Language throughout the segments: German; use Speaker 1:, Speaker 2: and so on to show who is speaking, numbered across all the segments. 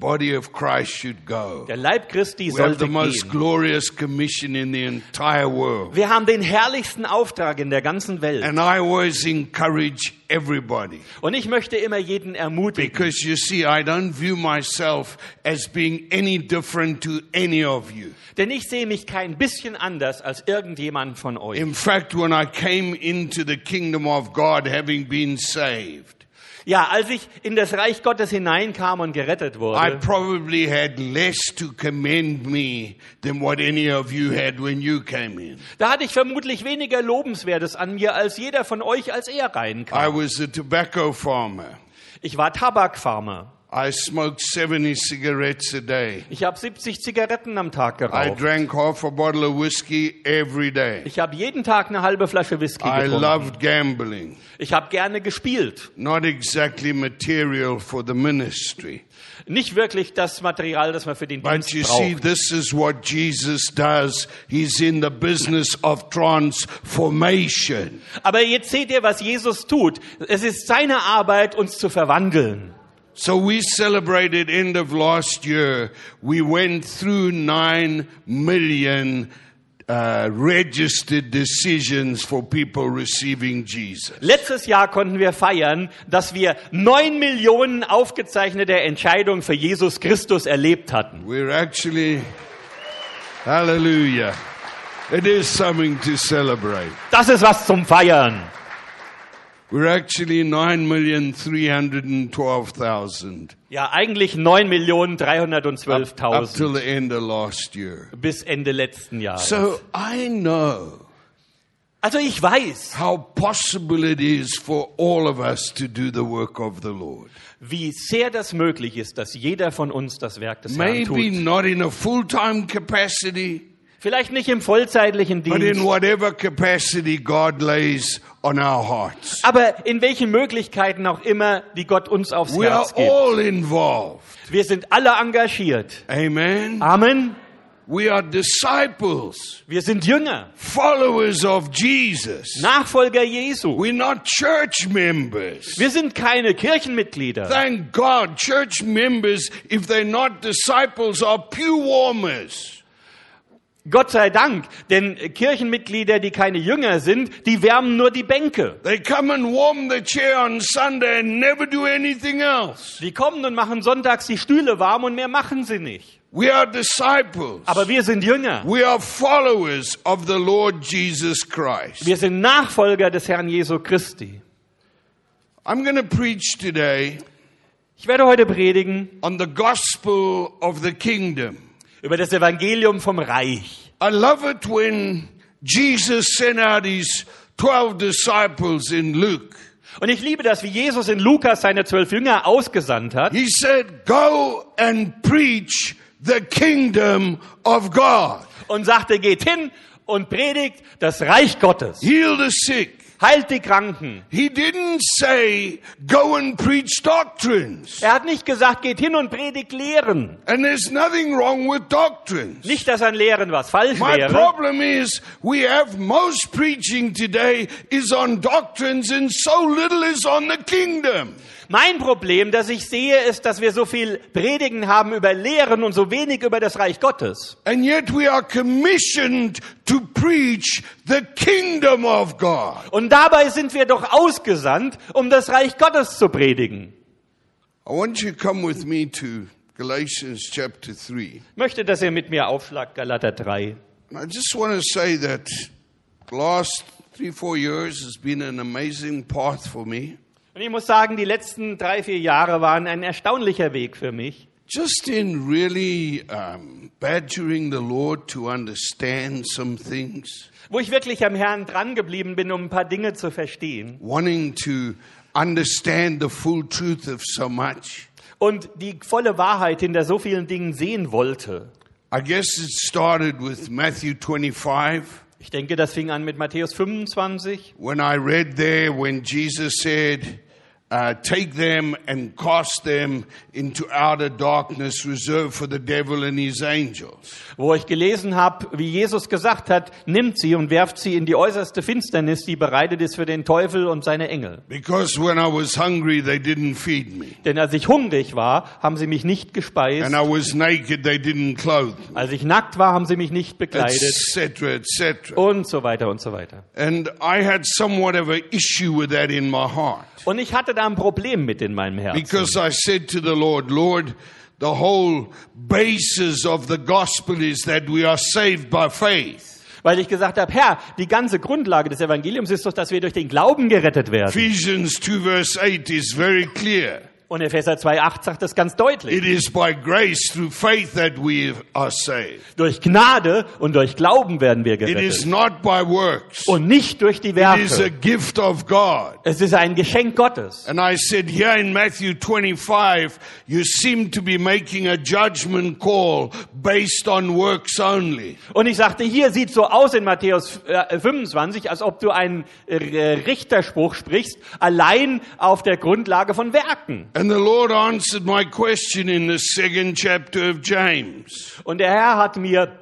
Speaker 1: body of Christ should go.
Speaker 2: Der Leib Christi
Speaker 1: We have
Speaker 2: sollte
Speaker 1: the most
Speaker 2: gehen.
Speaker 1: glorious commission in the entire world.
Speaker 2: Wir haben den herrlichsten Auftrag in der ganzen Welt.
Speaker 1: And I always encourage everybody
Speaker 2: Und ich möchte immer jeden ermutigen,
Speaker 1: because you see, I don't view myself as being any different to any of you.
Speaker 2: denn ich sehe mich kein bisschen anders als irgendjemand von euch.
Speaker 1: In fact, when I came into the kingdom of God having been saved,
Speaker 2: Ja, als ich in das Reich Gottes hineinkam und gerettet
Speaker 1: I
Speaker 2: wurde,
Speaker 1: probably had less to commend me than what any of you had when you came in.
Speaker 2: da hatte ich vermutlich weniger Lobenswertes an mir als jeder von euch, als er
Speaker 1: I
Speaker 2: reinkam.
Speaker 1: was a tobacco farmer.
Speaker 2: Ich war Tabakfarmer.
Speaker 1: I smoked 70 cigarettes a day.
Speaker 2: Ich habe 70 Zigaretten am Tag
Speaker 1: I
Speaker 2: geraucht.
Speaker 1: drank half a bottle of whiskey every day.
Speaker 2: Ich habe jeden Tag eine halbe Flasche Whisky
Speaker 1: I
Speaker 2: getrunken.
Speaker 1: loved gambling,
Speaker 2: Ich habe gerne gespielt.
Speaker 1: not exactly material for the ministry.
Speaker 2: Nicht wirklich das Material, das man für den
Speaker 1: But you
Speaker 2: Dienst
Speaker 1: see,
Speaker 2: braucht.
Speaker 1: this is what Jesus does. He's in the business of transformation.
Speaker 2: Aber jetzt seht ihr, was Jesus tut. Es ist seine Arbeit, uns zu verwandeln.
Speaker 1: So we celebrated end of last year. We went through nine million uh, registered decisions for people receiving Jesus.
Speaker 2: Letztes Jahr konnten wir feiern, dass wir neun Millionen aufgezeichnete Entscheidungen für Jesus Christus erlebt hatten.
Speaker 1: We're actually, hallelujah. It is something to celebrate.
Speaker 2: Das ist was zum Feiern.
Speaker 1: We're actually 9,312,000
Speaker 2: Ja, eigentlich neun Millionen
Speaker 1: up
Speaker 2: 312.000
Speaker 1: till the end of last year.
Speaker 2: bis Ende letzten Jahres.
Speaker 1: So I know
Speaker 2: Also ich weiß,
Speaker 1: how possible it is for all of us to do the work of the Lord.
Speaker 2: wie sehr das möglich ist, dass jeder von uns das Werk des Herrn
Speaker 1: Maybe
Speaker 2: tut.
Speaker 1: not in a full time capacity,
Speaker 2: Vielleicht nicht im vollzeitlichen
Speaker 1: but in
Speaker 2: Dienst,
Speaker 1: whatever capacity God lays on our hearts.
Speaker 2: aber in welchen Möglichkeiten auch immer, die Gott uns aufs
Speaker 1: We are
Speaker 2: Herz gibt.
Speaker 1: all involved.
Speaker 2: Wir sind alle engagiert.
Speaker 1: Amen.
Speaker 2: Amen.
Speaker 1: We are disciples,
Speaker 2: Wir sind Jünger,
Speaker 1: followers of Jesus.
Speaker 2: Nachfolger Jesu.
Speaker 1: We're not church members.
Speaker 2: Wir sind keine Kirchenmitglieder.
Speaker 1: Thank God, church members, if they're not disciples, are pew warmers.
Speaker 2: Gott sei Dank, denn Kirchenmitglieder, die keine Jünger sind, die wärmen nur die Bänke.
Speaker 1: They come and warm the chair on Sunday and never do anything else.
Speaker 2: Die kommen und machen sonntags die Stühle warm und mehr machen sie nicht.
Speaker 1: We are disciples.
Speaker 2: Aber wir sind Jünger.
Speaker 1: We are followers of the Lord Jesus Christ.
Speaker 2: Wir sind Nachfolger des Herrn Jesu Christi.
Speaker 1: I'm going to preach today
Speaker 2: Ich werde heute predigen
Speaker 1: on the gospel of the kingdom.
Speaker 2: über das Evangelium vom Reich.
Speaker 1: I love it when Jesus sent out his 12 disciples in Luke.
Speaker 2: Und ich liebe das, wie Jesus in Lukas seine zwölf Jünger ausgesandt hat.
Speaker 1: He said, Go and preach the kingdom of God.
Speaker 2: und sagte, geht hin und predigt das Reich Gottes.
Speaker 1: Heal the sick.
Speaker 2: Heilt die Kranken.
Speaker 1: He didn't say, Go and preach doctrines.
Speaker 2: Er hat nicht gesagt, geht hin und predigt Lehren.
Speaker 1: And there's nothing wrong with doctrines.
Speaker 2: Nicht, dass an Lehren was falsch
Speaker 1: My
Speaker 2: wäre.
Speaker 1: problem is we have most preaching today is on doctrines and so little is on the kingdom.
Speaker 2: Mein Problem, das ich sehe, ist, dass wir so viel Predigen haben über Lehren und so wenig über das Reich Gottes.
Speaker 1: And yet we are commissioned to preach the kingdom of God.
Speaker 2: Und dabei sind wir doch ausgesandt, um das Reich Gottes zu predigen.
Speaker 1: I want you to come with me to Galatians chapter 3.
Speaker 2: Ich möchte, dass ihr mit mir aufschlagt, Galater 3.
Speaker 1: And I just want to say that the last three, four years has been an amazing path for me.
Speaker 2: Und ich muss sagen, die letzten drei, vier Jahre waren ein erstaunlicher Weg für mich.
Speaker 1: Just in really um, badgering the Lord to understand some things.
Speaker 2: wo ich wirklich am Herrn dran geblieben bin, um ein paar Dinge zu verstehen
Speaker 1: wanting to understand the full truth of so much.
Speaker 2: und die volle Wahrheit hinter so vielen Dingen sehen wollte.
Speaker 1: I guess it started with Matthew 25
Speaker 2: Ich denke, das fing an mit Matthäus 25,
Speaker 1: when I read there when Jesus said, uh, take them and cast them into outer darkness reserved for the devil and his angels.
Speaker 2: wo ich gelesen habe, wie Jesus gesagt hat, nimmt sie und werft sie in die äußerste Finsternis, die bereitet ist für den Teufel und seine Engel.
Speaker 1: Because when I was hungry, they didn't feed me.
Speaker 2: Denn als ich hungrig war, haben sie mich nicht
Speaker 1: And
Speaker 2: gespeist.
Speaker 1: I was naked, they didn't clothe me.
Speaker 2: Als ich nackt war, haben sie mich nicht bekleidet.
Speaker 1: Etc., etc.
Speaker 2: Und so weiter und so weiter.
Speaker 1: And I had somewhat of an issue with that in my heart.
Speaker 2: Und ich hatte da ein Problem mit in meinem Herzen.
Speaker 1: Because I said to the Lord, Lord, the whole basis of the gospel is that we are saved by faith.
Speaker 2: Weil ich gesagt habe, Herr, die ganze Grundlage des Evangeliums ist doch, dass wir durch den Glauben gerettet werden.
Speaker 1: Ephesians 2 verse 8 is very clear.
Speaker 2: Und Epheser 2,8 sagt das ganz deutlich.
Speaker 1: It is by grace through faith that we are saved.
Speaker 2: Durch Gnade und durch Glauben werden wir
Speaker 1: It is
Speaker 2: gerettet.
Speaker 1: not by works. It
Speaker 2: Und nicht durch die
Speaker 1: is a
Speaker 2: Werke.
Speaker 1: gift of God.
Speaker 2: Es ist ein Geschenk Gottes.
Speaker 1: And I said here in Matthew 25, you seem to be making a judgment call based on works only.
Speaker 2: Und ich sagte, hier sieht so aus in Matthäus äh, 25, als ob du einen äh, Richterspruch sprichst, allein auf der Grundlage von Werken.
Speaker 1: And the Lord answered my question in the second chapter of James.
Speaker 2: Und der Herr hat mir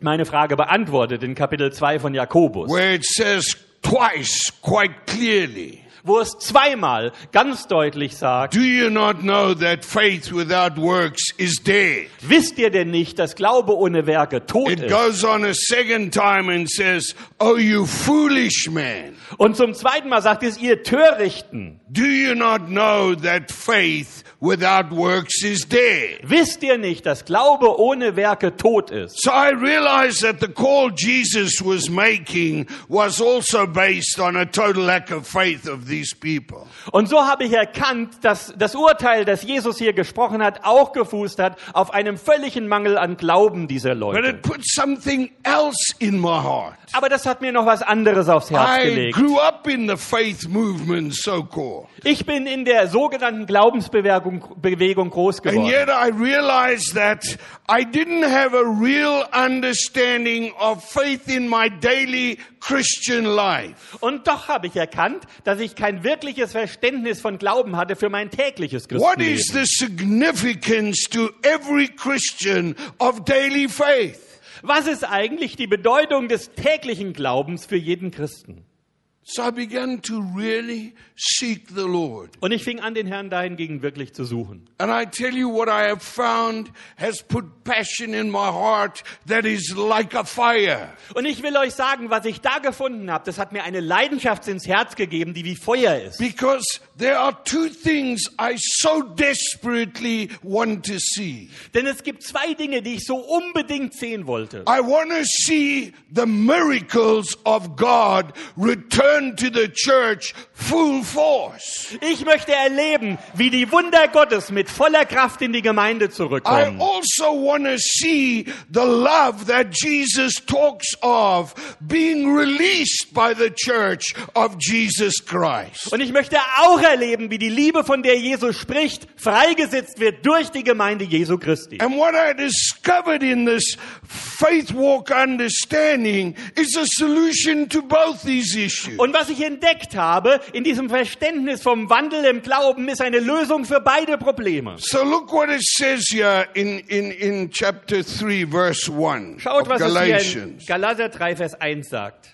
Speaker 2: meine Frage beantwortet in Kapitel 2 von Jakobus,
Speaker 1: where it says twice quite clearly,
Speaker 2: wo es zweimal ganz deutlich sagt,
Speaker 1: Do you not know that faith without works is dead?
Speaker 2: wisst ihr denn nicht, dass Glaube ohne Werke tot
Speaker 1: It
Speaker 2: ist?
Speaker 1: goes on a second time and says, Oh, you foolish man,
Speaker 2: Und zum zweiten Mal sagt es, ihr Törichten,
Speaker 1: do you not know that faith without works is dead?
Speaker 2: wisst ihr nicht, dass Glaube ohne Werke tot ist?
Speaker 1: So I realized that the call Jesus was making was also based on a total lack of faith of these people.
Speaker 2: Und so habe ich erkannt, dass das Urteil, das Jesus hier gesprochen hat, auch gefußt hat auf einem völligen Mangel an Glauben dieser
Speaker 1: But
Speaker 2: Leute.
Speaker 1: it put something else in my heart.
Speaker 2: Aber das hat mir noch was anderes aufs Herz
Speaker 1: I
Speaker 2: gelegt.
Speaker 1: grew up in the faith movement, so called.
Speaker 2: Ich bin in der sogenannten Glaubensbewegung Bewegung groß
Speaker 1: And
Speaker 2: geworden.
Speaker 1: yet I realized that I didn't have a real understanding of faith in my daily Christian life.
Speaker 2: Und doch habe ich erkannt, dass ich kein wirkliches Verständnis von Glauben hatte für mein tägliches
Speaker 1: What is
Speaker 2: Christenleben.
Speaker 1: the significance to every Christian of daily faith?
Speaker 2: Was ist eigentlich die Bedeutung des täglichen Glaubens für jeden Christen?
Speaker 1: So I began to really seek the Lord.
Speaker 2: Und ich fing an, den Herrn dahingegen wirklich zu suchen.
Speaker 1: And I tell you what I have found has put passion in my heart that is like a fire.
Speaker 2: Und ich will euch sagen, was ich da gefunden habe, das hat mir eine Leidenschaft ins Herz gegeben, die wie Feuer ist.
Speaker 1: Because there are two things I so desperately want to see.
Speaker 2: Denn es gibt zwei Dinge, die ich so unbedingt sehen wollte.
Speaker 1: I want to see the miracles of God return to the church full force.
Speaker 2: Ich möchte erleben, wie die Wunder Gottes mit voller Kraft in die Gemeinde
Speaker 1: I
Speaker 2: zurückkommen.
Speaker 1: also want to see the love that Jesus talks of being released by the church of Jesus Christ.
Speaker 2: Und ich möchte auch erleben, wie die Liebe, von der Jesus spricht, freigesetzt wird durch die Gemeinde Jesu Christi.
Speaker 1: And what I discovered in this faith walk understanding is a solution to both these issues.
Speaker 2: Und was ich entdeckt habe, in diesem Verständnis vom Wandel im Glauben, ist eine Lösung für beide Probleme.
Speaker 1: So look what it says here in, in, in chapter 3, verse 1
Speaker 2: Schaut,
Speaker 1: of
Speaker 2: was es hier in
Speaker 1: Galatians.
Speaker 2: Galater 3, Vers 1 sagt.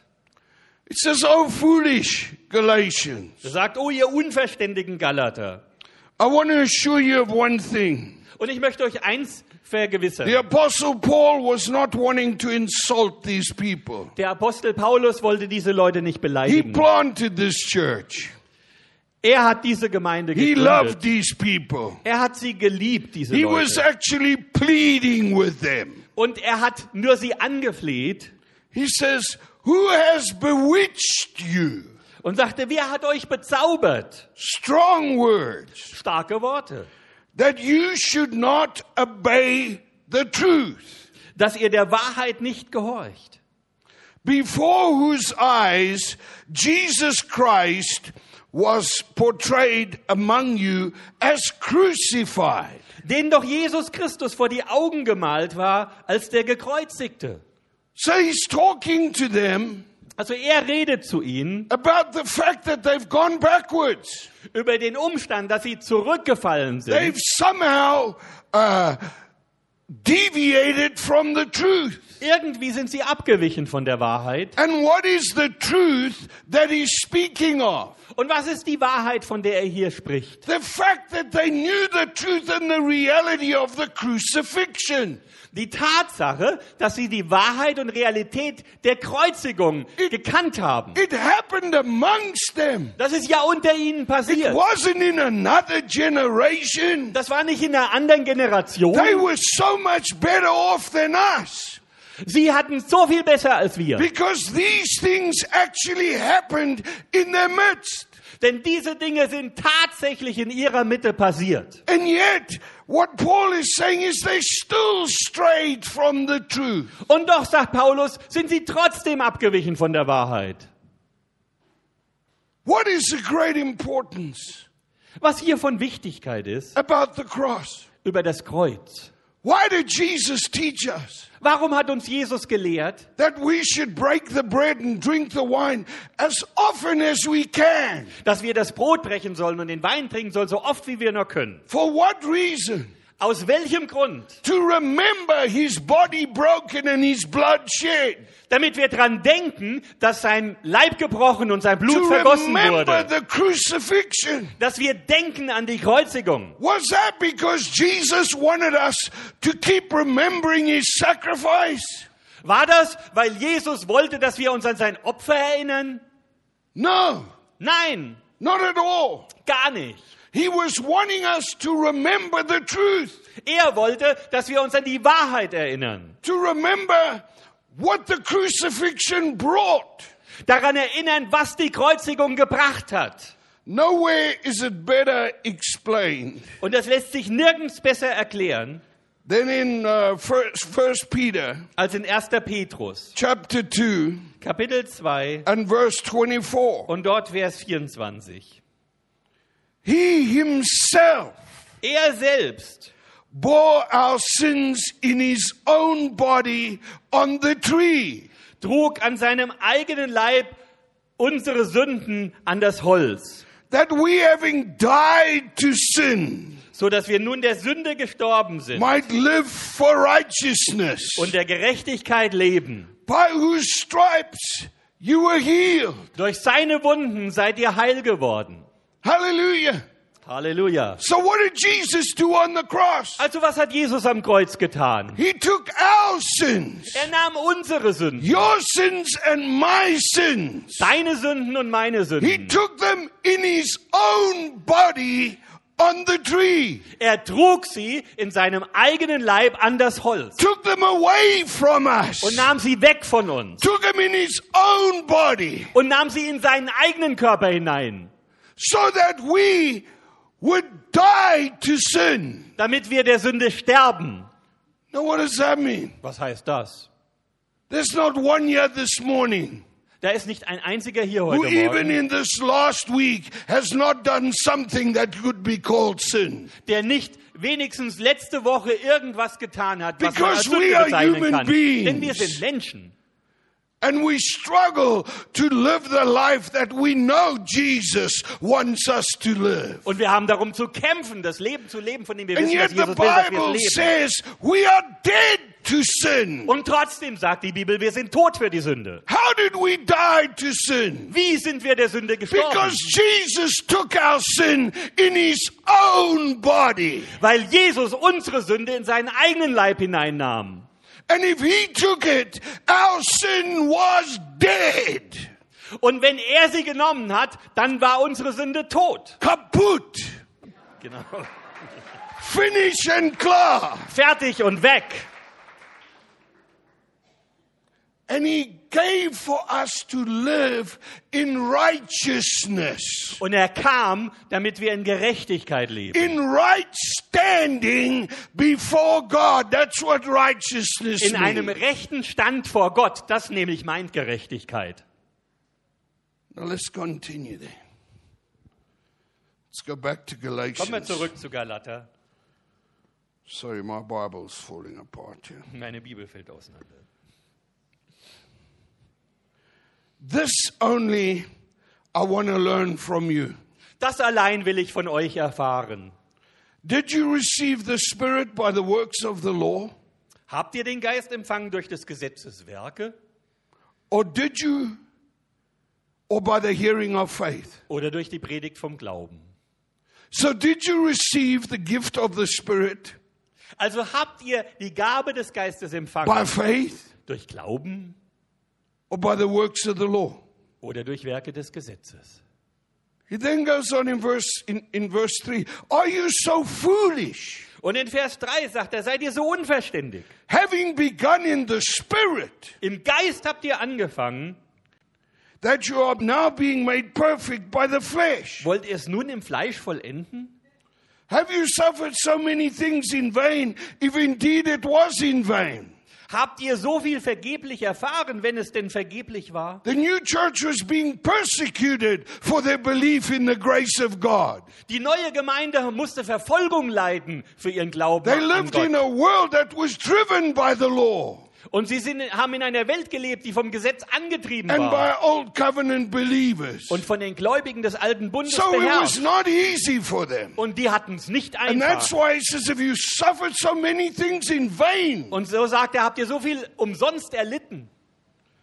Speaker 1: It says, Oh, foolish Galatians,
Speaker 2: Er sagt, oh ihr unverständigen Galater.
Speaker 1: I want to assure you of one thing.
Speaker 2: Und ich möchte euch eins vergewissern.
Speaker 1: The Apostle Paul was not wanting to insult these people.
Speaker 2: Der Apostel Paulus wollte diese Leute nicht
Speaker 1: He
Speaker 2: beleidigen.
Speaker 1: planted this church.
Speaker 2: Er hat diese Gemeinde
Speaker 1: He loved
Speaker 2: gegründet.
Speaker 1: these people.
Speaker 2: Er hat sie geliebt, diese
Speaker 1: He was
Speaker 2: Leute.
Speaker 1: actually pleading with them.
Speaker 2: Und er hat nur sie angefleht
Speaker 1: He says, Who has bewitched you?
Speaker 2: und sagte, wer hat euch bezaubert?
Speaker 1: Strong words.
Speaker 2: Starke Worte.
Speaker 1: That you should not obey the truth.
Speaker 2: Dass ihr der Wahrheit nicht gehorcht.
Speaker 1: before whose eyes Jesus Christ was portrayed among you as crucified.
Speaker 2: Den doch Jesus Christus vor die Augen gemalt war, als der Gekreuzigte.
Speaker 1: So he's talking to them
Speaker 2: Also er redet zu ihnen
Speaker 1: about the fact that they've gone backwards.
Speaker 2: über den Umstand, dass sie zurückgefallen sind.
Speaker 1: They've somehow uh, deviated from the truth.
Speaker 2: Irgendwie sind sie abgewichen von der Wahrheit.
Speaker 1: And what is the truth that he's speaking of?
Speaker 2: Und was ist die Wahrheit, von der er hier spricht?
Speaker 1: The fact that they knew the truth and the reality of the crucifixion.
Speaker 2: Die Tatsache, dass sie die Wahrheit und Realität der Kreuzigung gekannt haben.
Speaker 1: It happened amongst them.
Speaker 2: Das ist ja unter ihnen
Speaker 1: It
Speaker 2: passiert.
Speaker 1: wasn't in another generation.
Speaker 2: Das war nicht in einer anderen
Speaker 1: They
Speaker 2: Generation.
Speaker 1: were so much better off than us
Speaker 2: Sie hatten es so viel besser als wir.
Speaker 1: because these things actually happened in their midst.
Speaker 2: Denn diese Dinge sind tatsächlich in ihrer Mitte passiert.
Speaker 1: And yet, what Paul is saying is they still strayed from the truth.
Speaker 2: Und doch, sagt Paulus, sind sie trotzdem abgewichen von der Wahrheit.
Speaker 1: What is the great importance
Speaker 2: Was hier von Wichtigkeit ist,
Speaker 1: about the cross?
Speaker 2: über das Kreuz.
Speaker 1: Why did Jesus teach us
Speaker 2: Warum hat uns Jesus gelehrt,
Speaker 1: that we should break the bread and drink the wine as often as we can?
Speaker 2: dass wir das Brot brechen sollen und den Wein trinken sollen, so oft wie wir nur können?
Speaker 1: For what reason?
Speaker 2: Aus welchem Grund?
Speaker 1: To remember his body broken and his blood shed.
Speaker 2: Damit wir dran denken, dass sein Leib gebrochen und sein Blut
Speaker 1: To
Speaker 2: vergossen
Speaker 1: remember
Speaker 2: wurde.
Speaker 1: the crucifixion.
Speaker 2: Dass wir denken an die Kreuzigung.
Speaker 1: Was that because Jesus wanted us to keep remembering his sacrifice?
Speaker 2: War das, weil Jesus wollte, dass wir uns an sein Opfer erinnern?
Speaker 1: No,
Speaker 2: Nein,
Speaker 1: not at all.
Speaker 2: gar nicht.
Speaker 1: He was wanting us to remember the truth,
Speaker 2: Er wollte, dass wir uns an die Wahrheit erinnern.
Speaker 1: to remember what the crucifixion brought.
Speaker 2: Daran erinnern, was die Kreuzigung gebracht hat.
Speaker 1: Nowhere is it better explained
Speaker 2: Und das lässt sich nirgends besser erklären
Speaker 1: than in uh, first, first Peter
Speaker 2: als in 1. Petrus,
Speaker 1: chapter 2
Speaker 2: Kapitel 2
Speaker 1: and verse 24.
Speaker 2: und dort Vers 24.
Speaker 1: He himself
Speaker 2: Er selbst
Speaker 1: bore our sins in his own body on the tree.
Speaker 2: trug an seinem eigenen Leib unsere Sünden an das Holz,
Speaker 1: That we having died to sin
Speaker 2: so dass wir nun der Sünde gestorben sind
Speaker 1: might live for righteousness.
Speaker 2: und der Gerechtigkeit leben.
Speaker 1: by whose stripes you were healed.
Speaker 2: Durch seine Wunden seid ihr heil geworden.
Speaker 1: Hallelujah.
Speaker 2: Halleluja.
Speaker 1: So, what did Jesus do on the cross?
Speaker 2: Also was hat Jesus am Kreuz getan?
Speaker 1: He took our sins,
Speaker 2: Er nahm unsere Sünden,
Speaker 1: your sins, and my sins.
Speaker 2: deine Sünden und meine
Speaker 1: He
Speaker 2: Sünden.
Speaker 1: took them in his own body on the tree,
Speaker 2: Er trug sie in seinem eigenen Leib an das Holz
Speaker 1: took them away from us,
Speaker 2: und nahm sie weg von uns
Speaker 1: took them in his own body,
Speaker 2: und nahm sie in seinen eigenen Körper hinein,
Speaker 1: so that we would die to sin.
Speaker 2: damit wir der Sünde sterben.
Speaker 1: Now, what does that mean?
Speaker 2: Was heißt das?
Speaker 1: There's not one here this morning
Speaker 2: Da ist nicht ein einziger hier
Speaker 1: who
Speaker 2: heute
Speaker 1: even
Speaker 2: Morgen,
Speaker 1: in this last week has not done something that could be called sin.
Speaker 2: der nicht wenigstens letzte Woche irgendwas getan hat, was man als
Speaker 1: Because we
Speaker 2: Sünde
Speaker 1: are
Speaker 2: bezeichnen
Speaker 1: human
Speaker 2: kann.
Speaker 1: beings.
Speaker 2: Denn wir sind Menschen.
Speaker 1: And we struggle to live the life that we know Jesus wants us to live.
Speaker 2: Und wir haben darum zu kämpfen, das Leben zu leben, von dem wir
Speaker 1: And
Speaker 2: wissen, dass
Speaker 1: yet the
Speaker 2: Jesus will, dass wir
Speaker 1: Bible
Speaker 2: es leben.
Speaker 1: says we are dead to sin.
Speaker 2: Und trotzdem sagt die Bibel, wir sind tot für die Sünde.
Speaker 1: How did we die to sin?
Speaker 2: Wie sind wir der Sünde gestorben?
Speaker 1: Because Jesus took our sin in his own body.
Speaker 2: Weil Jesus unsere Sünde in seinen eigenen Leib hineinnahm.
Speaker 1: And if he took it, our sin was dead.
Speaker 2: Und wenn er sie genommen hat, dann war unsere Sünde tot.
Speaker 1: kaput,
Speaker 2: Genau.
Speaker 1: finish and klar.
Speaker 2: Fertig und weg.
Speaker 1: And he gave for us to live in righteousness,
Speaker 2: Und er kam, damit wir in Gerechtigkeit leben.
Speaker 1: in right standing before God. That's what righteousness
Speaker 2: In einem
Speaker 1: means.
Speaker 2: rechten Stand vor Gott. Das nämlich meint Gerechtigkeit.
Speaker 1: Now let's continue there. Let's go back to
Speaker 2: Kommen wir
Speaker 1: Galatians.
Speaker 2: zurück zu Galater.
Speaker 1: Sorry, my Bible's falling apart here.
Speaker 2: Meine Bibel fällt auseinander.
Speaker 1: This only I want to learn from you.
Speaker 2: Das allein will ich von euch erfahren.
Speaker 1: Did you receive the Spirit by the works of the law?
Speaker 2: Habt ihr den Geist empfangen durch des Gesetzes Werke
Speaker 1: Or did you, or by the hearing of faith?
Speaker 2: oder durch die Predigt vom Glauben?
Speaker 1: So, did you receive the gift of the Spirit
Speaker 2: Also habt ihr die Gabe des Geistes empfangen
Speaker 1: by faith
Speaker 2: durch Glauben
Speaker 1: or by the works of the law?
Speaker 2: oder durch Werke des Gesetzes?
Speaker 1: He then goes on in verse, in, in verse 3 Are you so foolish?
Speaker 2: Und in Vers 3 sagt er, seid ihr so unverständig.
Speaker 1: Having begun in the Spirit,
Speaker 2: Im Geist habt ihr angefangen,
Speaker 1: that you are now being made perfect by the flesh.
Speaker 2: wollt ihr es nun im Fleisch vollenden?
Speaker 1: Have you suffered so many things in vain, if indeed it was in vain?
Speaker 2: Habt ihr so viel vergeblich erfahren, wenn es denn vergeblich war?
Speaker 1: The new church was being persecuted for their belief in the grace of God.
Speaker 2: Die neue Gemeinde musste Verfolgung leiden für ihren Glauben
Speaker 1: They
Speaker 2: an
Speaker 1: lived
Speaker 2: Gott.
Speaker 1: in a world that was driven by the law
Speaker 2: Und sie sind, haben in einer Welt gelebt, die vom Gesetz angetrieben
Speaker 1: and
Speaker 2: war
Speaker 1: by old covenant believers.
Speaker 2: und von den Gläubigen des alten Bundes
Speaker 1: So it was
Speaker 2: beherrscht.
Speaker 1: not easy for them.
Speaker 2: Und die hatten es nicht
Speaker 1: And that's
Speaker 2: einfach.
Speaker 1: why he says, if you suffered so many things in vain.
Speaker 2: Und so sagt er, habt ihr so viel umsonst erlitten.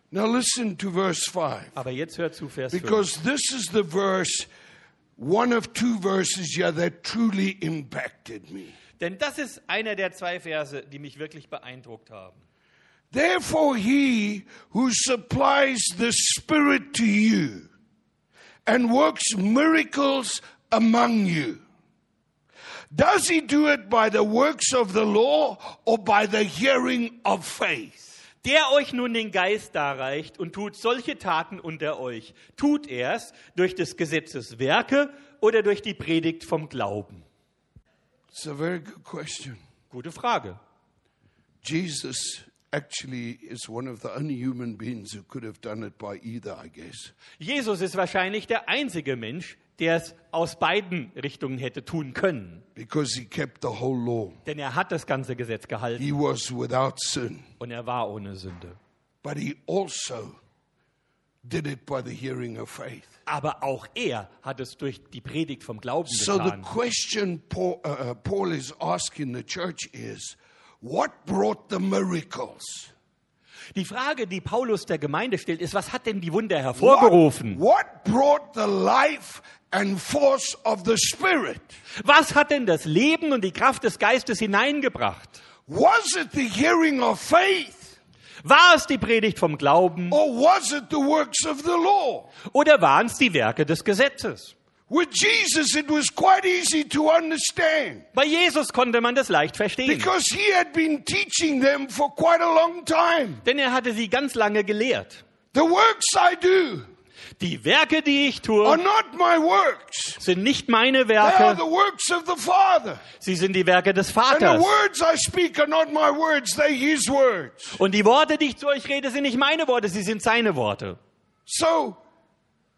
Speaker 1: Now listen to verse 5.
Speaker 2: Aber jetzt hört zu, Vers 5.
Speaker 1: Because this is the verse, one of two verses, yeah, that truly impacted me.
Speaker 2: Denn das ist einer der zwei Verse, die mich wirklich beeindruckt haben.
Speaker 1: Therefore, he who supplies the Spirit to you and works miracles among you, does he do it by the works of the law or by the hearing of faith?
Speaker 2: Der euch nun den Geist darreicht und tut solche Taten unter euch, tut er's durch des Gesetzes Werke oder durch die Predigt vom Glauben?
Speaker 1: It's a very good question.
Speaker 2: Gute Frage.
Speaker 1: Jesus actually is one of the only human beings who could have done it by either, I guess.
Speaker 2: Jesus ist wahrscheinlich der einzige Mensch, der es aus beiden Richtungen hätte tun können.
Speaker 1: because he kept the whole law.
Speaker 2: Denn er hat das ganze Gesetz gehalten
Speaker 1: He was without sin,
Speaker 2: und er war ohne Sünde.
Speaker 1: but he also did it by the hearing of faith.
Speaker 2: Aber auch er hat es durch die Predigt vom Glauben
Speaker 1: So the
Speaker 2: getan.
Speaker 1: question Paul, uh, uh, Paul is asking the church is what brought the miracles?
Speaker 2: Die Frage, die Paulus der Gemeinde stellt, ist, was hat denn die Wunder
Speaker 1: What,
Speaker 2: hervorgerufen?
Speaker 1: what brought the life and force of the Spirit?
Speaker 2: Was hat denn das Leben und die Kraft des Geistes hineingebracht?
Speaker 1: Was it the hearing of faith
Speaker 2: War es die Predigt vom Glauben
Speaker 1: or was it the works of the law?
Speaker 2: oder waren es die Werke des Gesetzes?
Speaker 1: With Jesus, it was quite easy to understand.
Speaker 2: Bei Jesus konnte man das leicht verstehen,
Speaker 1: Because he had been teaching them for quite a long time.
Speaker 2: denn er hatte sie ganz lange gelehrt.
Speaker 1: The works I do
Speaker 2: Die Werke, die ich
Speaker 1: are
Speaker 2: tue,
Speaker 1: not my works.
Speaker 2: sind nicht meine
Speaker 1: They are
Speaker 2: Werke,
Speaker 1: the works of the Father.
Speaker 2: sie sind die Werke des
Speaker 1: And the
Speaker 2: Vaters.
Speaker 1: words I speak are not my words, they're His words.
Speaker 2: Und die Worte, die ich zu euch rede, sind nicht meine Worte, sie sind seine Worte.
Speaker 1: So,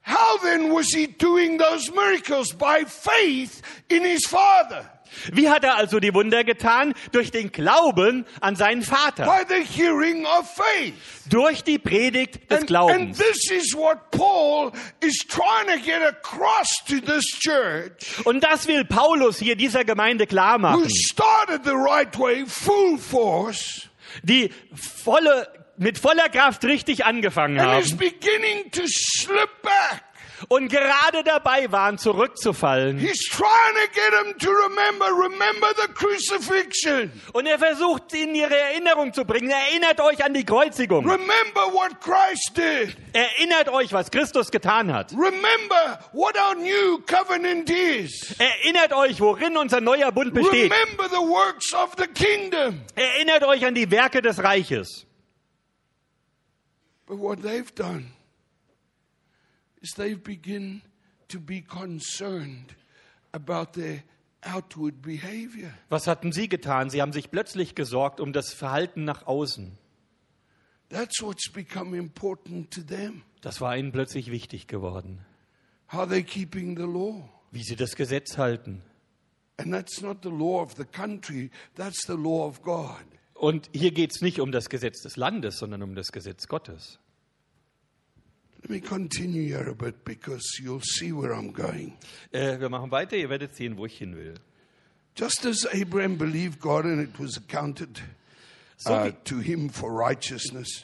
Speaker 1: how then was He doing those miracles? By faith in His Father,
Speaker 2: Wie hat er also die Wunder getan? Durch den Glauben an seinen Vater,
Speaker 1: by the hearing of faith.
Speaker 2: durch die Predigt
Speaker 1: And,
Speaker 2: des
Speaker 1: and
Speaker 2: Glaubens.
Speaker 1: this is what Paul is trying to get across to this church.
Speaker 2: Und das will Paulus hier dieser Gemeinde klar
Speaker 1: who
Speaker 2: machen.
Speaker 1: started the right way, full force,
Speaker 2: die volle, mit voller Kraft richtig angefangen
Speaker 1: and is
Speaker 2: haben
Speaker 1: beginning to slip back.
Speaker 2: und gerade dabei waren, zurückzufallen.
Speaker 1: He's trying to get them to remember, remember the crucifixion.
Speaker 2: Und er versucht, sie in ihre Erinnerung zu bringen. Erinnert euch an die Kreuzigung.
Speaker 1: Remember what Christ did.
Speaker 2: Erinnert euch, was Christus getan hat.
Speaker 1: Remember what our new covenant is.
Speaker 2: Erinnert euch, worin unser neuer Bund besteht.
Speaker 1: Remember the works of the kingdom.
Speaker 2: Erinnert euch an die Werke des Reiches.
Speaker 1: But what they've done is they've begun to be concerned about their outward behavior.
Speaker 2: Was hatten sie getan? Sie haben sich plötzlich gesorgt um das Verhalten nach außen.
Speaker 1: That's what's become important to them.
Speaker 2: Das war ihnen plötzlich wichtig geworden.
Speaker 1: How they keeping the law?
Speaker 2: Wie sie das Gesetz halten.
Speaker 1: And that's not the law of the country, that's the law of God.
Speaker 2: Und hier geht es nicht um das Gesetz des Landes, sondern um das Gesetz Gottes.
Speaker 1: Let me continue here a bit because you'll see where I'm going.
Speaker 2: Äh, wir machen weiter, ihr werdet sehen, wo ich hin will.
Speaker 1: Just as Abraham believed God and it was accounted uh, to him for righteousness,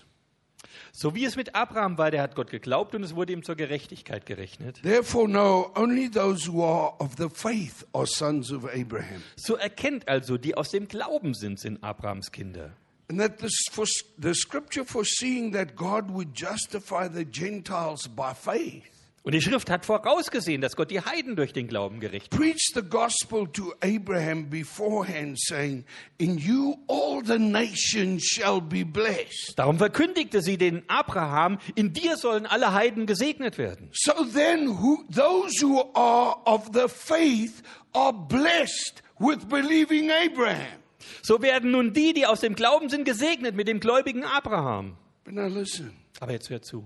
Speaker 2: So wie es mit Abraham war, der hat Gott geglaubt und es wurde ihm zur Gerechtigkeit gerechnet.
Speaker 1: therefore know only those who are of the faith are sons of Abraham.
Speaker 2: So erkennt also, die aus dem Glauben sind, sind Abrahams Kinder.
Speaker 1: And that this for, the scripture foreseeing that God would justify the Gentiles by faith
Speaker 2: Und die Schrift hat vorausgesehen, dass Gott die Heiden durch den Glauben gerecht
Speaker 1: preached the gospel to Abraham beforehand, saying, In you all the nations shall be blessed.
Speaker 2: Darum verkündigte sie den Abraham, in dir sollen alle Heiden gesegnet werden.
Speaker 1: So then, who, those who are of the faith are blessed with believing Abraham.
Speaker 2: So werden nun die, die aus dem Glauben sind, gesegnet mit dem gläubigen Abraham.
Speaker 1: But now listen,
Speaker 2: Aber jetzt hört zu.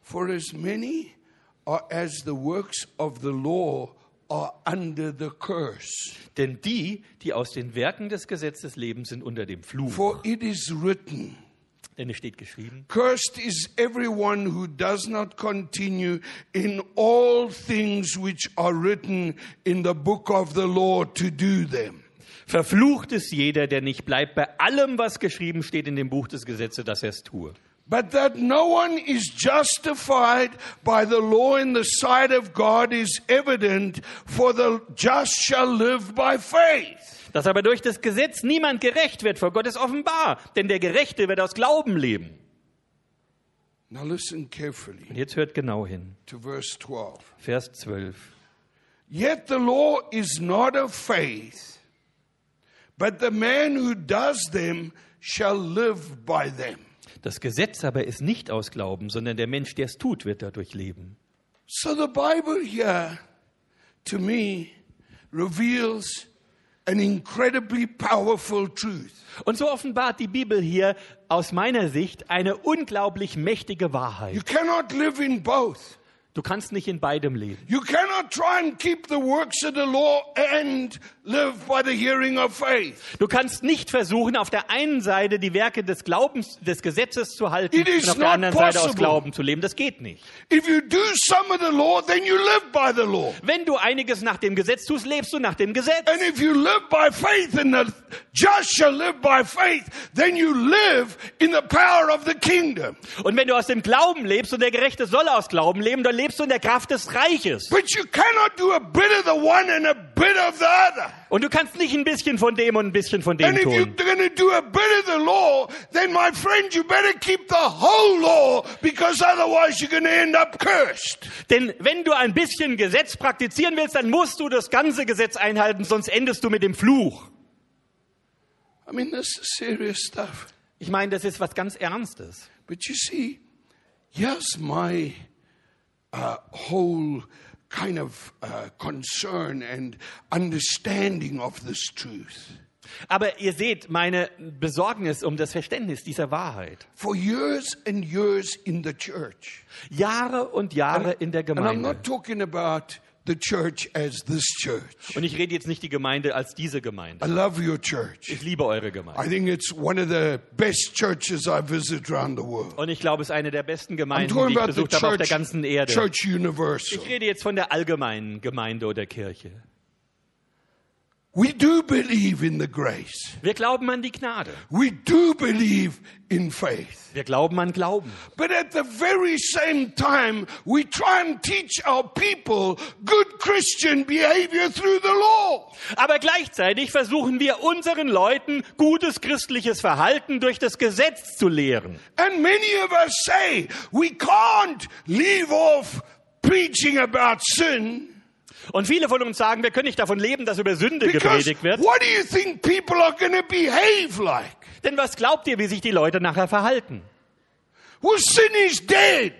Speaker 1: for as many are as the works of the law are under the curse.
Speaker 2: Denn die, die aus den Werken des Gesetzes leben, sind unter dem Fluch.
Speaker 1: For it is written,
Speaker 2: Denn es steht geschrieben,
Speaker 1: Cursed is everyone who does not continue in all things which are written in the book of the law to do them.
Speaker 2: verflucht ist jeder, der nicht bleibt bei allem, was geschrieben steht in dem Buch des Gesetzes, dass er es tue.
Speaker 1: But that no one is justified by the law in the sight of God is evident, for the just shall live by faith.
Speaker 2: Dass aber durch das Gesetz niemand gerecht wird vor Gott ist offenbar, denn der Gerechte wird aus Glauben leben.
Speaker 1: Now listen carefully
Speaker 2: Und jetzt hört genau hin.
Speaker 1: to verse 12.
Speaker 2: Vers 12.
Speaker 1: Yet the law is not of faith, but the man who does them shall live by them.
Speaker 2: Das Gesetz aber ist nicht aus Glauben, sondern der Mensch, der es tut, wird dadurch leben.
Speaker 1: So the Bible here, to me, reveals an incredibly powerful truth.
Speaker 2: Und so offenbart die Bibel hier aus meiner Sicht eine unglaublich mächtige
Speaker 1: You
Speaker 2: Wahrheit.
Speaker 1: cannot live in both.
Speaker 2: Du kannst nicht in beidem leben.
Speaker 1: You cannot try and keep the works of the law and live by the hearing of faith.
Speaker 2: Du kannst nicht versuchen, auf der einen Seite die Werke des Glaubens, des Gesetzes zu halten
Speaker 1: It is
Speaker 2: und auf der
Speaker 1: not
Speaker 2: anderen Seite aus
Speaker 1: possible.
Speaker 2: Glauben zu leben. Das geht nicht.
Speaker 1: If you do some of the law, then you live by the law.
Speaker 2: Wenn du einiges nach dem Gesetz tust, lebst du nach dem Gesetz.
Speaker 1: And if you live by faith and the just shall live by faith, then you live in the power of the kingdom.
Speaker 2: Und wenn du aus dem Glauben lebst und der Gerechte soll aus Glauben leben, dann lebst du in der Kraft des Reiches.
Speaker 1: But you cannot do a bit of the one and a bit of the other.
Speaker 2: Und du kannst nicht ein bisschen von dem und ein bisschen von dem
Speaker 1: And if you're
Speaker 2: tun.
Speaker 1: going to do a bit of the law, then my friend, you better keep the whole law because otherwise you're going to end up cursed.
Speaker 2: Denn wenn du ein bisschen Gesetz praktizieren willst, dann musst du das ganze Gesetz einhalten, sonst endest du mit dem Fluch.
Speaker 1: I mean, this is serious stuff.
Speaker 2: Ich meine, das ist was ganz Ernstes.
Speaker 1: But you see, here's my uh, whole kind of uh, concern and understanding of this truth.
Speaker 2: Aber ihr seht meine Besorgnis um das Verständnis dieser Wahrheit.
Speaker 1: For years and years in the church,
Speaker 2: Jahre und Jahre in der
Speaker 1: and I'm
Speaker 2: Gemeinde.
Speaker 1: not talking about the church as this church.
Speaker 2: Und ich rede jetzt nicht die Gemeinde als diese
Speaker 1: I
Speaker 2: Gemeinde.
Speaker 1: love your church.
Speaker 2: Ich liebe eure Gemeinde.
Speaker 1: I think it's one of the best churches I visit around the world.
Speaker 2: Und ich glaube, es ist eine der besten
Speaker 1: I'm
Speaker 2: Gemeinden, die
Speaker 1: talking
Speaker 2: ich
Speaker 1: about the
Speaker 2: besucht habe auf der ganzen
Speaker 1: church,
Speaker 2: Erde.
Speaker 1: church universal.
Speaker 2: Ich rede jetzt von der allgemeinen Gemeinde oder Kirche.
Speaker 1: We do believe in the grace.
Speaker 2: Wir glauben an die Gnade.
Speaker 1: We do believe in faith.
Speaker 2: Wir glauben an Glauben.
Speaker 1: But at the very same time, we try and teach our people good Christian behavior through the law.
Speaker 2: Aber gleichzeitig versuchen wir unseren Leuten gutes christliches Verhalten durch das Gesetz zu lehren.
Speaker 1: And many of us say we can't leave off preaching about sin.
Speaker 2: Und viele von uns sagen, wir können nicht davon leben, dass über Sünde
Speaker 1: Because
Speaker 2: gepredigt wird.
Speaker 1: what do you think people are going to behave like?
Speaker 2: Denn was glaubt ihr, wie sich die Leute nachher verhalten?
Speaker 1: Well, sin is dead.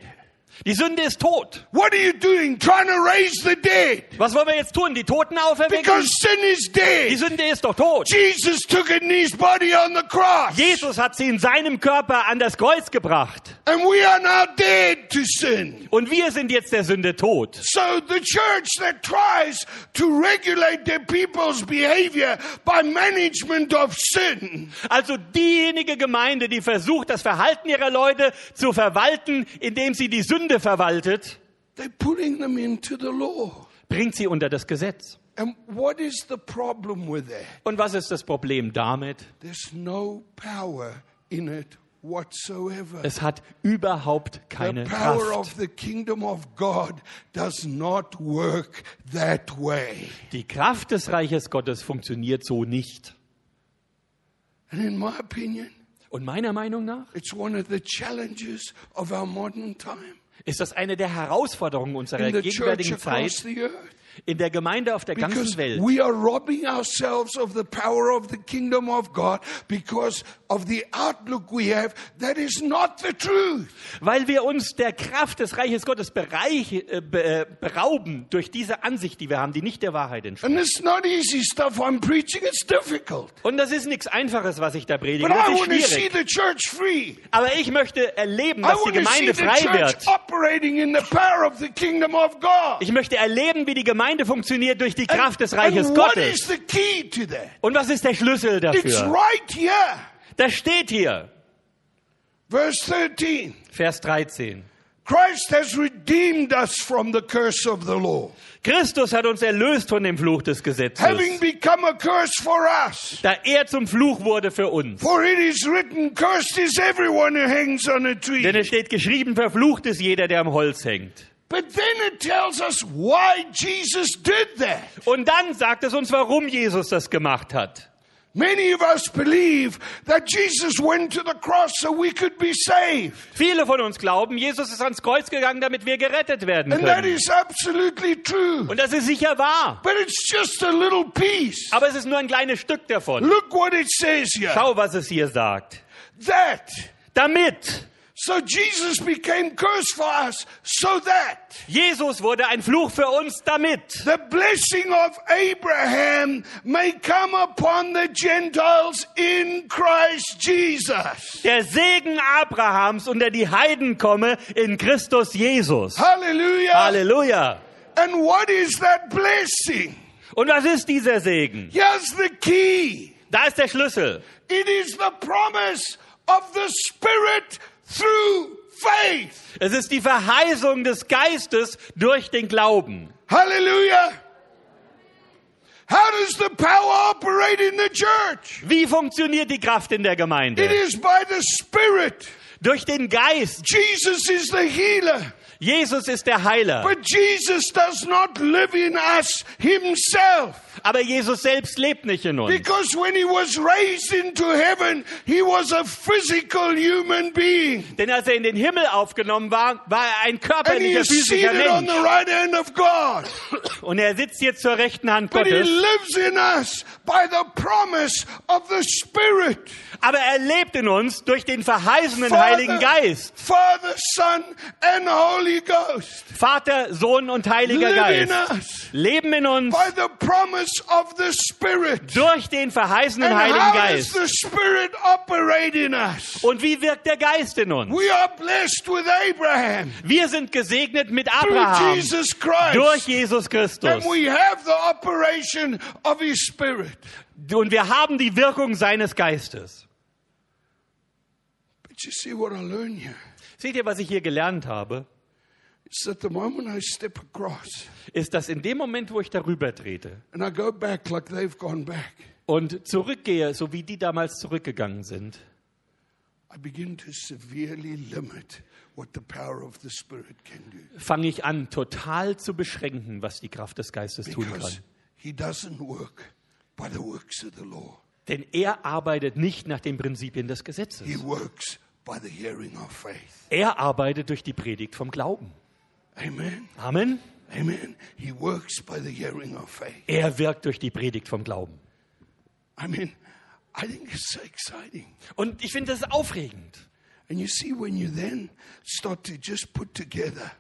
Speaker 2: Die Sünde ist tot.
Speaker 1: What are you doing? Trying to raise the dead.
Speaker 2: Was wollen wir jetzt tun? Die Toten auferwecken?
Speaker 1: Because sin is
Speaker 2: Die
Speaker 1: dead.
Speaker 2: Sünde ist doch tot.
Speaker 1: Jesus took it in his body on the cross.
Speaker 2: Jesus hat sie in seinem Körper an das Kreuz gebracht.
Speaker 1: And we are now dead to sin.
Speaker 2: Und wir sind jetzt der Sünde tot.
Speaker 1: So the church that tries to regulate their people's behavior by management of sin
Speaker 2: Also diejenige Gemeinde, die versucht, das Verhalten ihrer Leute zu verwalten, indem sie die Sünde verwaltet,
Speaker 1: They're putting them into the law.
Speaker 2: bringt sie unter das Gesetz.
Speaker 1: And what is the problem with that?
Speaker 2: Und was ist das Problem damit?
Speaker 1: There's no power in it whatsoever.
Speaker 2: Es hat überhaupt keine
Speaker 1: the power
Speaker 2: Kraft.
Speaker 1: of the kingdom of God does not work that way.
Speaker 2: Die Kraft des Reiches Gottes funktioniert so nicht.
Speaker 1: And in my opinion,
Speaker 2: Und meiner Meinung nach
Speaker 1: it's one of the challenges of our modern time.
Speaker 2: ist das eine der Herausforderungen unserer
Speaker 1: In the church
Speaker 2: gegenwärtigen
Speaker 1: across
Speaker 2: Zeit
Speaker 1: the earth.
Speaker 2: in der Gemeinde auf der
Speaker 1: Because
Speaker 2: ganzen Welt.
Speaker 1: we are robbing ourselves of the power of the kingdom of God because of the outlook we have that is not the truth.
Speaker 2: Weil wir uns der Kraft des Reiches Gottes bereich, äh, be, äh, berauben durch diese Ansicht, die wir haben, die nicht der Wahrheit entspricht.
Speaker 1: And it's not easy stuff I'm preaching, it's difficult.
Speaker 2: Und das ist nichts Einfaches, was ich da predige.
Speaker 1: But I
Speaker 2: Das ist
Speaker 1: want to see
Speaker 2: schwierig.
Speaker 1: the church free.
Speaker 2: Aber ich möchte erleben,
Speaker 1: I
Speaker 2: dass die
Speaker 1: want to see
Speaker 2: Gemeinde
Speaker 1: the
Speaker 2: frei
Speaker 1: church
Speaker 2: wird.
Speaker 1: operating in the power of the kingdom of God.
Speaker 2: Ich möchte erleben, wie die Gemeinde funktioniert durch die Kraft des
Speaker 1: And-
Speaker 2: Reiches
Speaker 1: and what
Speaker 2: Gottes.
Speaker 1: is the key to that?
Speaker 2: Und was ist der Schlüssel
Speaker 1: It's
Speaker 2: dafür?
Speaker 1: right here.
Speaker 2: Das steht hier,
Speaker 1: Verse 13.
Speaker 2: Vers 13.
Speaker 1: Christ has redeemed us from the curse of the law,
Speaker 2: Christus hat uns erlöst von dem Fluch des
Speaker 1: having
Speaker 2: Gesetzes,
Speaker 1: become a curse for us.
Speaker 2: da er zum Fluch wurde für uns.
Speaker 1: For it is written, Cursed is everyone who hangs on a tree.
Speaker 2: Denn es steht geschrieben, verflucht ist jeder, der am Holz hängt.
Speaker 1: but then it tells us why Jesus did that.
Speaker 2: Und dann sagt es uns, warum Jesus das gemacht hat.
Speaker 1: Many of us believe that Jesus went to the cross so we could be saved.
Speaker 2: Viele von uns glauben, Jesus ist ans Kreuz gegangen, damit wir gerettet werden
Speaker 1: And that
Speaker 2: können.
Speaker 1: is absolutely true.
Speaker 2: Und das ist sicher wahr.
Speaker 1: But it's just a little piece.
Speaker 2: Aber es ist nur ein kleines Stück davon.
Speaker 1: Look what it says here.
Speaker 2: Schau, was es hier sagt.
Speaker 1: That.
Speaker 2: Damit
Speaker 1: So Jesus became cursed for us so that
Speaker 2: Jesus wurde ein Fluch für uns, damit
Speaker 1: the blessing of Abraham may come upon the Gentiles in Christ Jesus.
Speaker 2: der Segen Abrahams unter die Heiden komme in Christus Jesus.
Speaker 1: Hallelujah.
Speaker 2: Halleluja.
Speaker 1: And what is that blessing?
Speaker 2: Und was ist dieser Segen?
Speaker 1: Here's the key.
Speaker 2: Da ist der Schlüssel.
Speaker 1: It is the promise of the Spirit through faith.
Speaker 2: Es ist die Verheißung des Geistes durch den Glauben.
Speaker 1: Hallelujah. How does the power operate in the church?
Speaker 2: Wie funktioniert die Kraft in der
Speaker 1: It
Speaker 2: Gemeinde?
Speaker 1: is by the Spirit.
Speaker 2: Durch den Geist.
Speaker 1: Jesus is the healer,
Speaker 2: Jesus ist der Heiler.
Speaker 1: but Jesus does not live in us himself.
Speaker 2: Aber Jesus selbst lebt nicht in uns.
Speaker 1: Because when he was raised into heaven, he was a physical human being.
Speaker 2: Denn als er in den Himmel aufgenommen war, war er ein
Speaker 1: And he
Speaker 2: körperlicher,
Speaker 1: is
Speaker 2: physischer
Speaker 1: seated on
Speaker 2: Mensch.
Speaker 1: the right hand of God.
Speaker 2: Und er sitzt jetzt zur rechten Hand
Speaker 1: But he
Speaker 2: Gottes.
Speaker 1: lives in us by the promise of the Spirit.
Speaker 2: Aber er lebt in uns durch den verheißenen Heiligen Geist.
Speaker 1: Father, Son, and Holy Ghost.
Speaker 2: Vater, Sohn und Heiliger
Speaker 1: Live in
Speaker 2: Geist
Speaker 1: us
Speaker 2: leben in uns
Speaker 1: by the promise of the Spirit.
Speaker 2: durch den verheißenen
Speaker 1: And
Speaker 2: Heiligen
Speaker 1: how does
Speaker 2: Geist.
Speaker 1: the Spirit operate in us?
Speaker 2: Und wie wirkt der Geist in uns?
Speaker 1: We are blessed with Abraham
Speaker 2: Wir sind gesegnet mit
Speaker 1: through
Speaker 2: Abraham
Speaker 1: Jesus
Speaker 2: durch
Speaker 1: Christ.
Speaker 2: Jesus Christus.
Speaker 1: And we have the operation of His Spirit.
Speaker 2: Und wir haben die Wirkung seines Geistes.
Speaker 1: But you see what I learn here?
Speaker 2: Seht ihr, was ich hier gelernt habe?
Speaker 1: It's that the moment I step across,
Speaker 2: Ist, dass in dem Moment, wo ich darüber trete
Speaker 1: And I go back like they've gone back.
Speaker 2: und zurückgehe, so wie die damals zurückgegangen sind,
Speaker 1: I begin to severely limit what the power of the Spirit can do.
Speaker 2: fange ich an, total zu beschränken, was die Kraft des Geistes tun
Speaker 1: Because
Speaker 2: kann.
Speaker 1: he doesn't work by the works of the law,
Speaker 2: Denn er arbeitet nicht nach den Prinzipien des
Speaker 1: he
Speaker 2: Gesetzes.
Speaker 1: works by the hearing of faith.
Speaker 2: Er arbeitet durch die Predigt vom Glauben.
Speaker 1: Amen.
Speaker 2: Amen.
Speaker 1: Amen. He works by the hearing of faith.
Speaker 2: Er wirkt durch die Predigt vom Glauben.
Speaker 1: I mean, I think it's so exciting.
Speaker 2: Und ich finde das aufregend.
Speaker 1: And you see, when you then start to just put together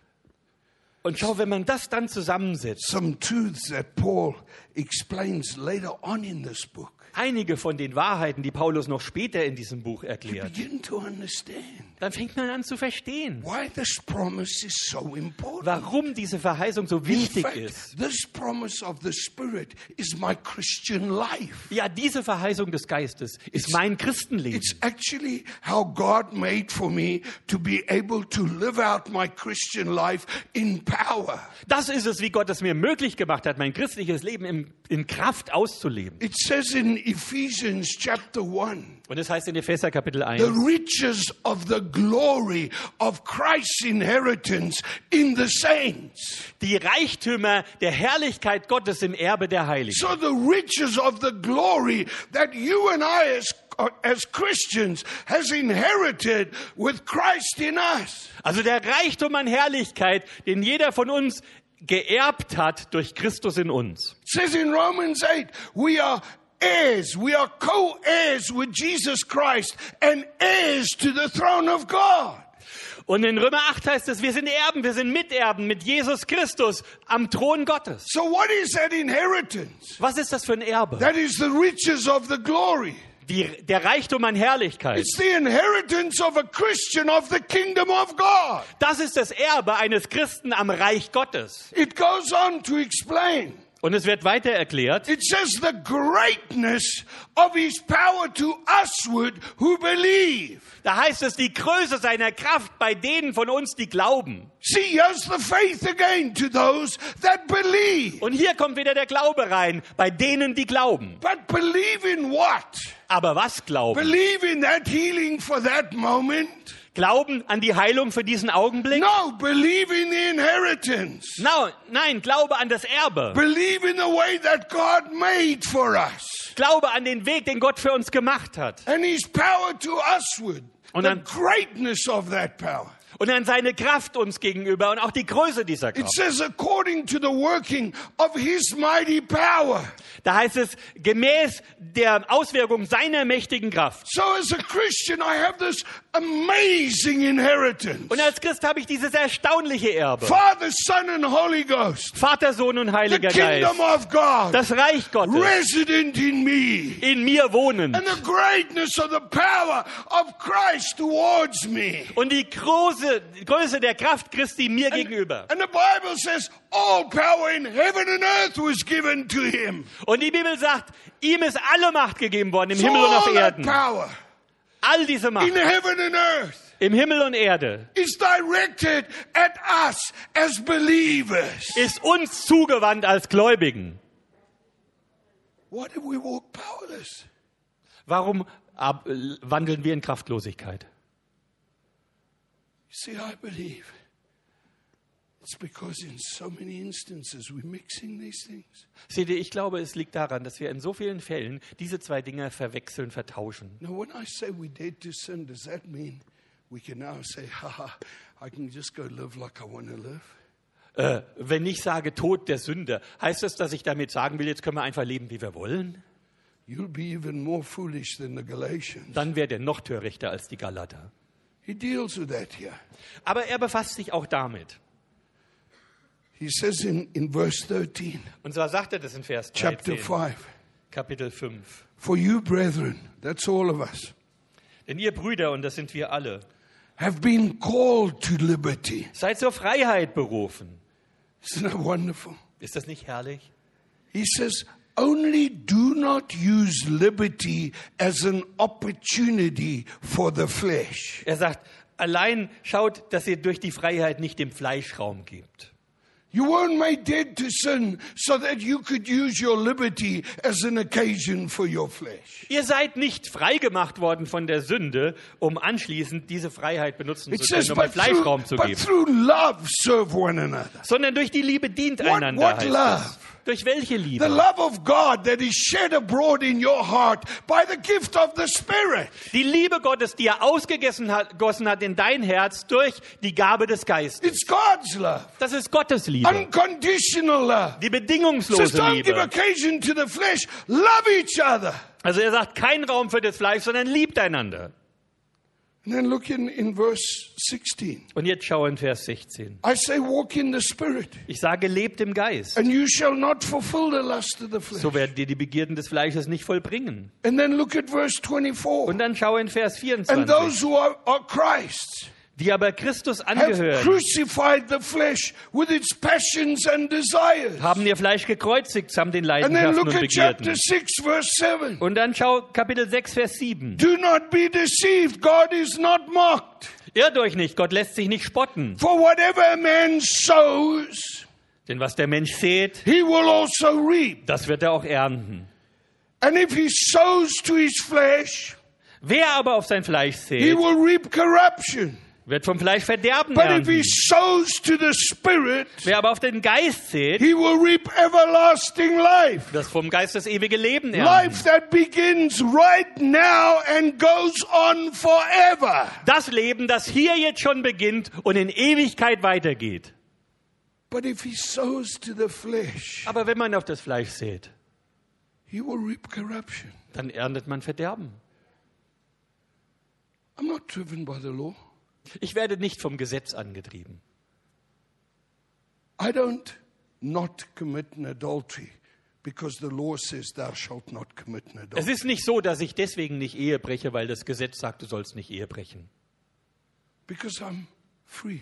Speaker 2: Und schau, wenn man das dann zusammensetzt,
Speaker 1: some truths that Paul explains later on in this book.
Speaker 2: einige von den Wahrheiten, die Paulus noch später in diesem Buch
Speaker 1: you
Speaker 2: erklärt,
Speaker 1: begin to understand
Speaker 2: dann fängt man an zu verstehen,
Speaker 1: why this promise is so important.
Speaker 2: warum diese Verheißung so
Speaker 1: In
Speaker 2: wichtig
Speaker 1: fact,
Speaker 2: ist.
Speaker 1: this promise of the Spirit is my Christian life.
Speaker 2: Ja, diese Verheißung des Geistes ist mein Christenleben.
Speaker 1: It's actually how God made for me to be able to live out my Christian life in power.
Speaker 2: Das ist es, wie Gott es mir möglich gemacht hat, mein christliches Leben in, in Kraft auszuleben.
Speaker 1: It says in Ephesians chapter 1
Speaker 2: Und es heißt in Epheser Kapitel
Speaker 1: the
Speaker 2: 1,
Speaker 1: riches of the glory of Christ's inheritance in the saints.
Speaker 2: die Reichtümer der Herrlichkeit Gottes im Erbe der Heiligen.
Speaker 1: So, the riches of the glory that you and I as uh, as Christians has inherited with Christ in us.
Speaker 2: Also der Reichtum an Herrlichkeit, den jeder von uns geerbt hat durch Christus in uns.
Speaker 1: It says in Romans 8, we are heirs, we are co heirs with Jesus Christ and heirs to the throne of God.
Speaker 2: Und in Römer 8 heißt es, wir sind Erben, wir sind Miterben mit Jesus Christus am Thron Gottes.
Speaker 1: So, what is that inheritance?
Speaker 2: Was ist das für ein Erbe?
Speaker 1: That is the riches of the glory.
Speaker 2: Die, der Reichtum an Herrlichkeit.
Speaker 1: It's the inheritance of a Christian of the kingdom of God.
Speaker 2: Das ist das Erbe eines Christen am Reich Gottes.
Speaker 1: It goes on to explain.
Speaker 2: Und es wird weiter erklärt,
Speaker 1: It says the greatness of his power to usward who believe.
Speaker 2: Da heißt es die Größe seiner Kraft bei denen von uns, die glauben.
Speaker 1: See, here's the faith again to those that believe.
Speaker 2: Und hier kommt wieder der Glaube rein, bei denen, die glauben.
Speaker 1: But believe in what?
Speaker 2: Aber was glauben?
Speaker 1: Believe in that healing for that moment?
Speaker 2: Glauben an die Heilung für diesen Augenblick?
Speaker 1: No, believe in the inheritance.
Speaker 2: No, nein, Glaube an das Erbe.
Speaker 1: Believe in the way that God made for us
Speaker 2: Glaube an den Weg, den Gott für uns gemacht hat.
Speaker 1: and His power to usward.
Speaker 2: Und
Speaker 1: the
Speaker 2: dann-
Speaker 1: greatness of that power.
Speaker 2: Und an seine Kraft uns gegenüber und auch die Größe dieser
Speaker 1: It
Speaker 2: Kraft.
Speaker 1: says, according to the working of His mighty power.
Speaker 2: Da heißt es, gemäß der Auswirkung seiner mächtigen Kraft.
Speaker 1: So, as a Christian, I have this amazing inheritance
Speaker 2: Und als Christ habe ich dieses erstaunliche Erbe.
Speaker 1: Father, Son, and Holy Ghost.
Speaker 2: Vater, Sohn und
Speaker 1: The
Speaker 2: Heiliger Geist.
Speaker 1: kingdom of God.
Speaker 2: Das Reich Gottes.
Speaker 1: resident in me
Speaker 2: in mir wohnen
Speaker 1: and the greatness of the power of Christ towards me.
Speaker 2: und die große Größe der Kraft Christi mir gegenüber.
Speaker 1: And the Bible says all power in heaven and earth was given to him.
Speaker 2: Und die Bibel sagt, ihm ist alle Macht gegeben worden, im
Speaker 1: So
Speaker 2: Himmel und auf
Speaker 1: all that
Speaker 2: Erden.
Speaker 1: power
Speaker 2: All diese
Speaker 1: in
Speaker 2: Macht
Speaker 1: heaven and earth
Speaker 2: im Himmel und Erde
Speaker 1: is directed at us as believers.
Speaker 2: ist uns zugewandt als Gläubigen.
Speaker 1: What if we walk powerless?
Speaker 2: Warum ab, wandeln wir in Kraftlosigkeit?
Speaker 1: See, I believe it's because in so many instances we're mixing these things.
Speaker 2: Seht ihr, ich glaube, es liegt daran, dass wir in so vielen Fällen diese zwei Dinge verwechseln, vertauschen.
Speaker 1: Now, when I say we dead to sin, does that mean we can now say, ha ha, I can just go live like I want to live?
Speaker 2: Äh, wenn ich sage Tod der Sünde, heißt das, dass ich damit sagen will, jetzt können wir einfach leben, wie wir wollen?
Speaker 1: You'll be even more foolish than the Galatians.
Speaker 2: Dann wäre der noch törichter als die Galater.
Speaker 1: He deals with that here.
Speaker 2: Aber er befasst sich auch damit.
Speaker 1: He says in, in verse 13,
Speaker 2: Und zwar sagt er das in Vers 13,
Speaker 1: chapter 5,
Speaker 2: Kapitel 5.
Speaker 1: For you, brethren, that's all of us,
Speaker 2: Denn ihr Brüder, und das sind wir alle,
Speaker 1: have been called to liberty.
Speaker 2: seid zur Freiheit berufen.
Speaker 1: Isn't that wonderful?
Speaker 2: Ist das nicht herrlich?
Speaker 1: He says, only do not use liberty as an opportunity for the flesh.
Speaker 2: Er sagt, allein schaut, dass ihr durch die Freiheit nicht dem Fleisch Raum gebt.
Speaker 1: You weren't made dead to sin so that you could use your liberty as an occasion for your flesh.
Speaker 2: Ihr seid nicht frei gemacht worden von der Sünde, um anschließend diese Freiheit benutzen
Speaker 1: It
Speaker 2: zu können,
Speaker 1: says,
Speaker 2: um ein
Speaker 1: but
Speaker 2: Fleisch
Speaker 1: through,
Speaker 2: Raum zu
Speaker 1: but
Speaker 2: geben.
Speaker 1: through love serve one another.
Speaker 2: Sondern durch die Liebe dient einander.
Speaker 1: what
Speaker 2: heißt
Speaker 1: love?
Speaker 2: es. Durch welche
Speaker 1: The
Speaker 2: Liebe?
Speaker 1: love of God that is shed abroad in your heart by the gift of the Spirit.
Speaker 2: Die Liebe Gottes, die er ausgegossen hat, gossen hat in dein Herz durch die Gabe des Geistes.
Speaker 1: It's God's love,
Speaker 2: Das ist Gottes Liebe.
Speaker 1: unconditional love.
Speaker 2: Die
Speaker 1: It says,
Speaker 2: bedingungslose
Speaker 1: don't give
Speaker 2: Liebe.
Speaker 1: occasion to the flesh. Love each other.
Speaker 2: Also er sagt, kein Raum für das Fleisch, sondern liebt einander.
Speaker 1: And then look in, in verse 16.
Speaker 2: Und jetzt schau in Vers 16.
Speaker 1: I say, walk in the Spirit,
Speaker 2: Ich sage, lebt im Geist.
Speaker 1: and you shall not fulfill the lust of the flesh.
Speaker 2: So werdet ihr die Begierden des Fleisches nicht vollbringen.
Speaker 1: And then look at verse 24.
Speaker 2: Und dann schau in Vers
Speaker 1: And
Speaker 2: 24.
Speaker 1: those who are, are Christ's
Speaker 2: Die aber Christus
Speaker 1: have
Speaker 2: angehören,
Speaker 1: crucified the flesh with its passions and desires.
Speaker 2: haben ihr Fleisch gekreuzigt, haben den
Speaker 1: And then
Speaker 2: Leidenschaften
Speaker 1: look
Speaker 2: und
Speaker 1: at chapter
Speaker 2: Begierden.
Speaker 1: 6, verse 7.
Speaker 2: Und dann schau Kapitel 6, Vers 7.
Speaker 1: Do not be deceived. God is not mocked.
Speaker 2: Irrt euch nicht, Gott lässt sich nicht spotten.
Speaker 1: For whatever a man sows,
Speaker 2: Denn was der Mensch sät,
Speaker 1: he will also reap.
Speaker 2: das wird er auch ernten.
Speaker 1: And if he sows to his flesh,
Speaker 2: Wer aber auf sein Fleisch
Speaker 1: he
Speaker 2: sät,
Speaker 1: will reap corruption.
Speaker 2: wird vom Fleisch Verderben
Speaker 1: But if he
Speaker 2: ernten.
Speaker 1: sows to the Spirit,
Speaker 2: Wer aber auf den Geist sät,
Speaker 1: he will reap everlasting life.
Speaker 2: das vom Geist das ewige Leben ernten.
Speaker 1: Life that begins right now and goes on forever.
Speaker 2: Das Leben, das hier jetzt schon beginnt und in Ewigkeit weitergeht.
Speaker 1: But if he sows to the flesh,
Speaker 2: Aber wenn man auf das Fleisch sät,
Speaker 1: he will reap corruption.
Speaker 2: dann erntet man Verderben.
Speaker 1: I'm not driven by the law.
Speaker 2: Ich werde nicht vom Gesetz angetrieben.
Speaker 1: I don't not commit an adultery because the law says thou shalt not commit an
Speaker 2: Es
Speaker 1: adultery.
Speaker 2: ist nicht so, dass ich deswegen nicht Ehe breche, weil das Gesetz sagt, du sollst nicht Ehe brechen.
Speaker 1: Because I'm free.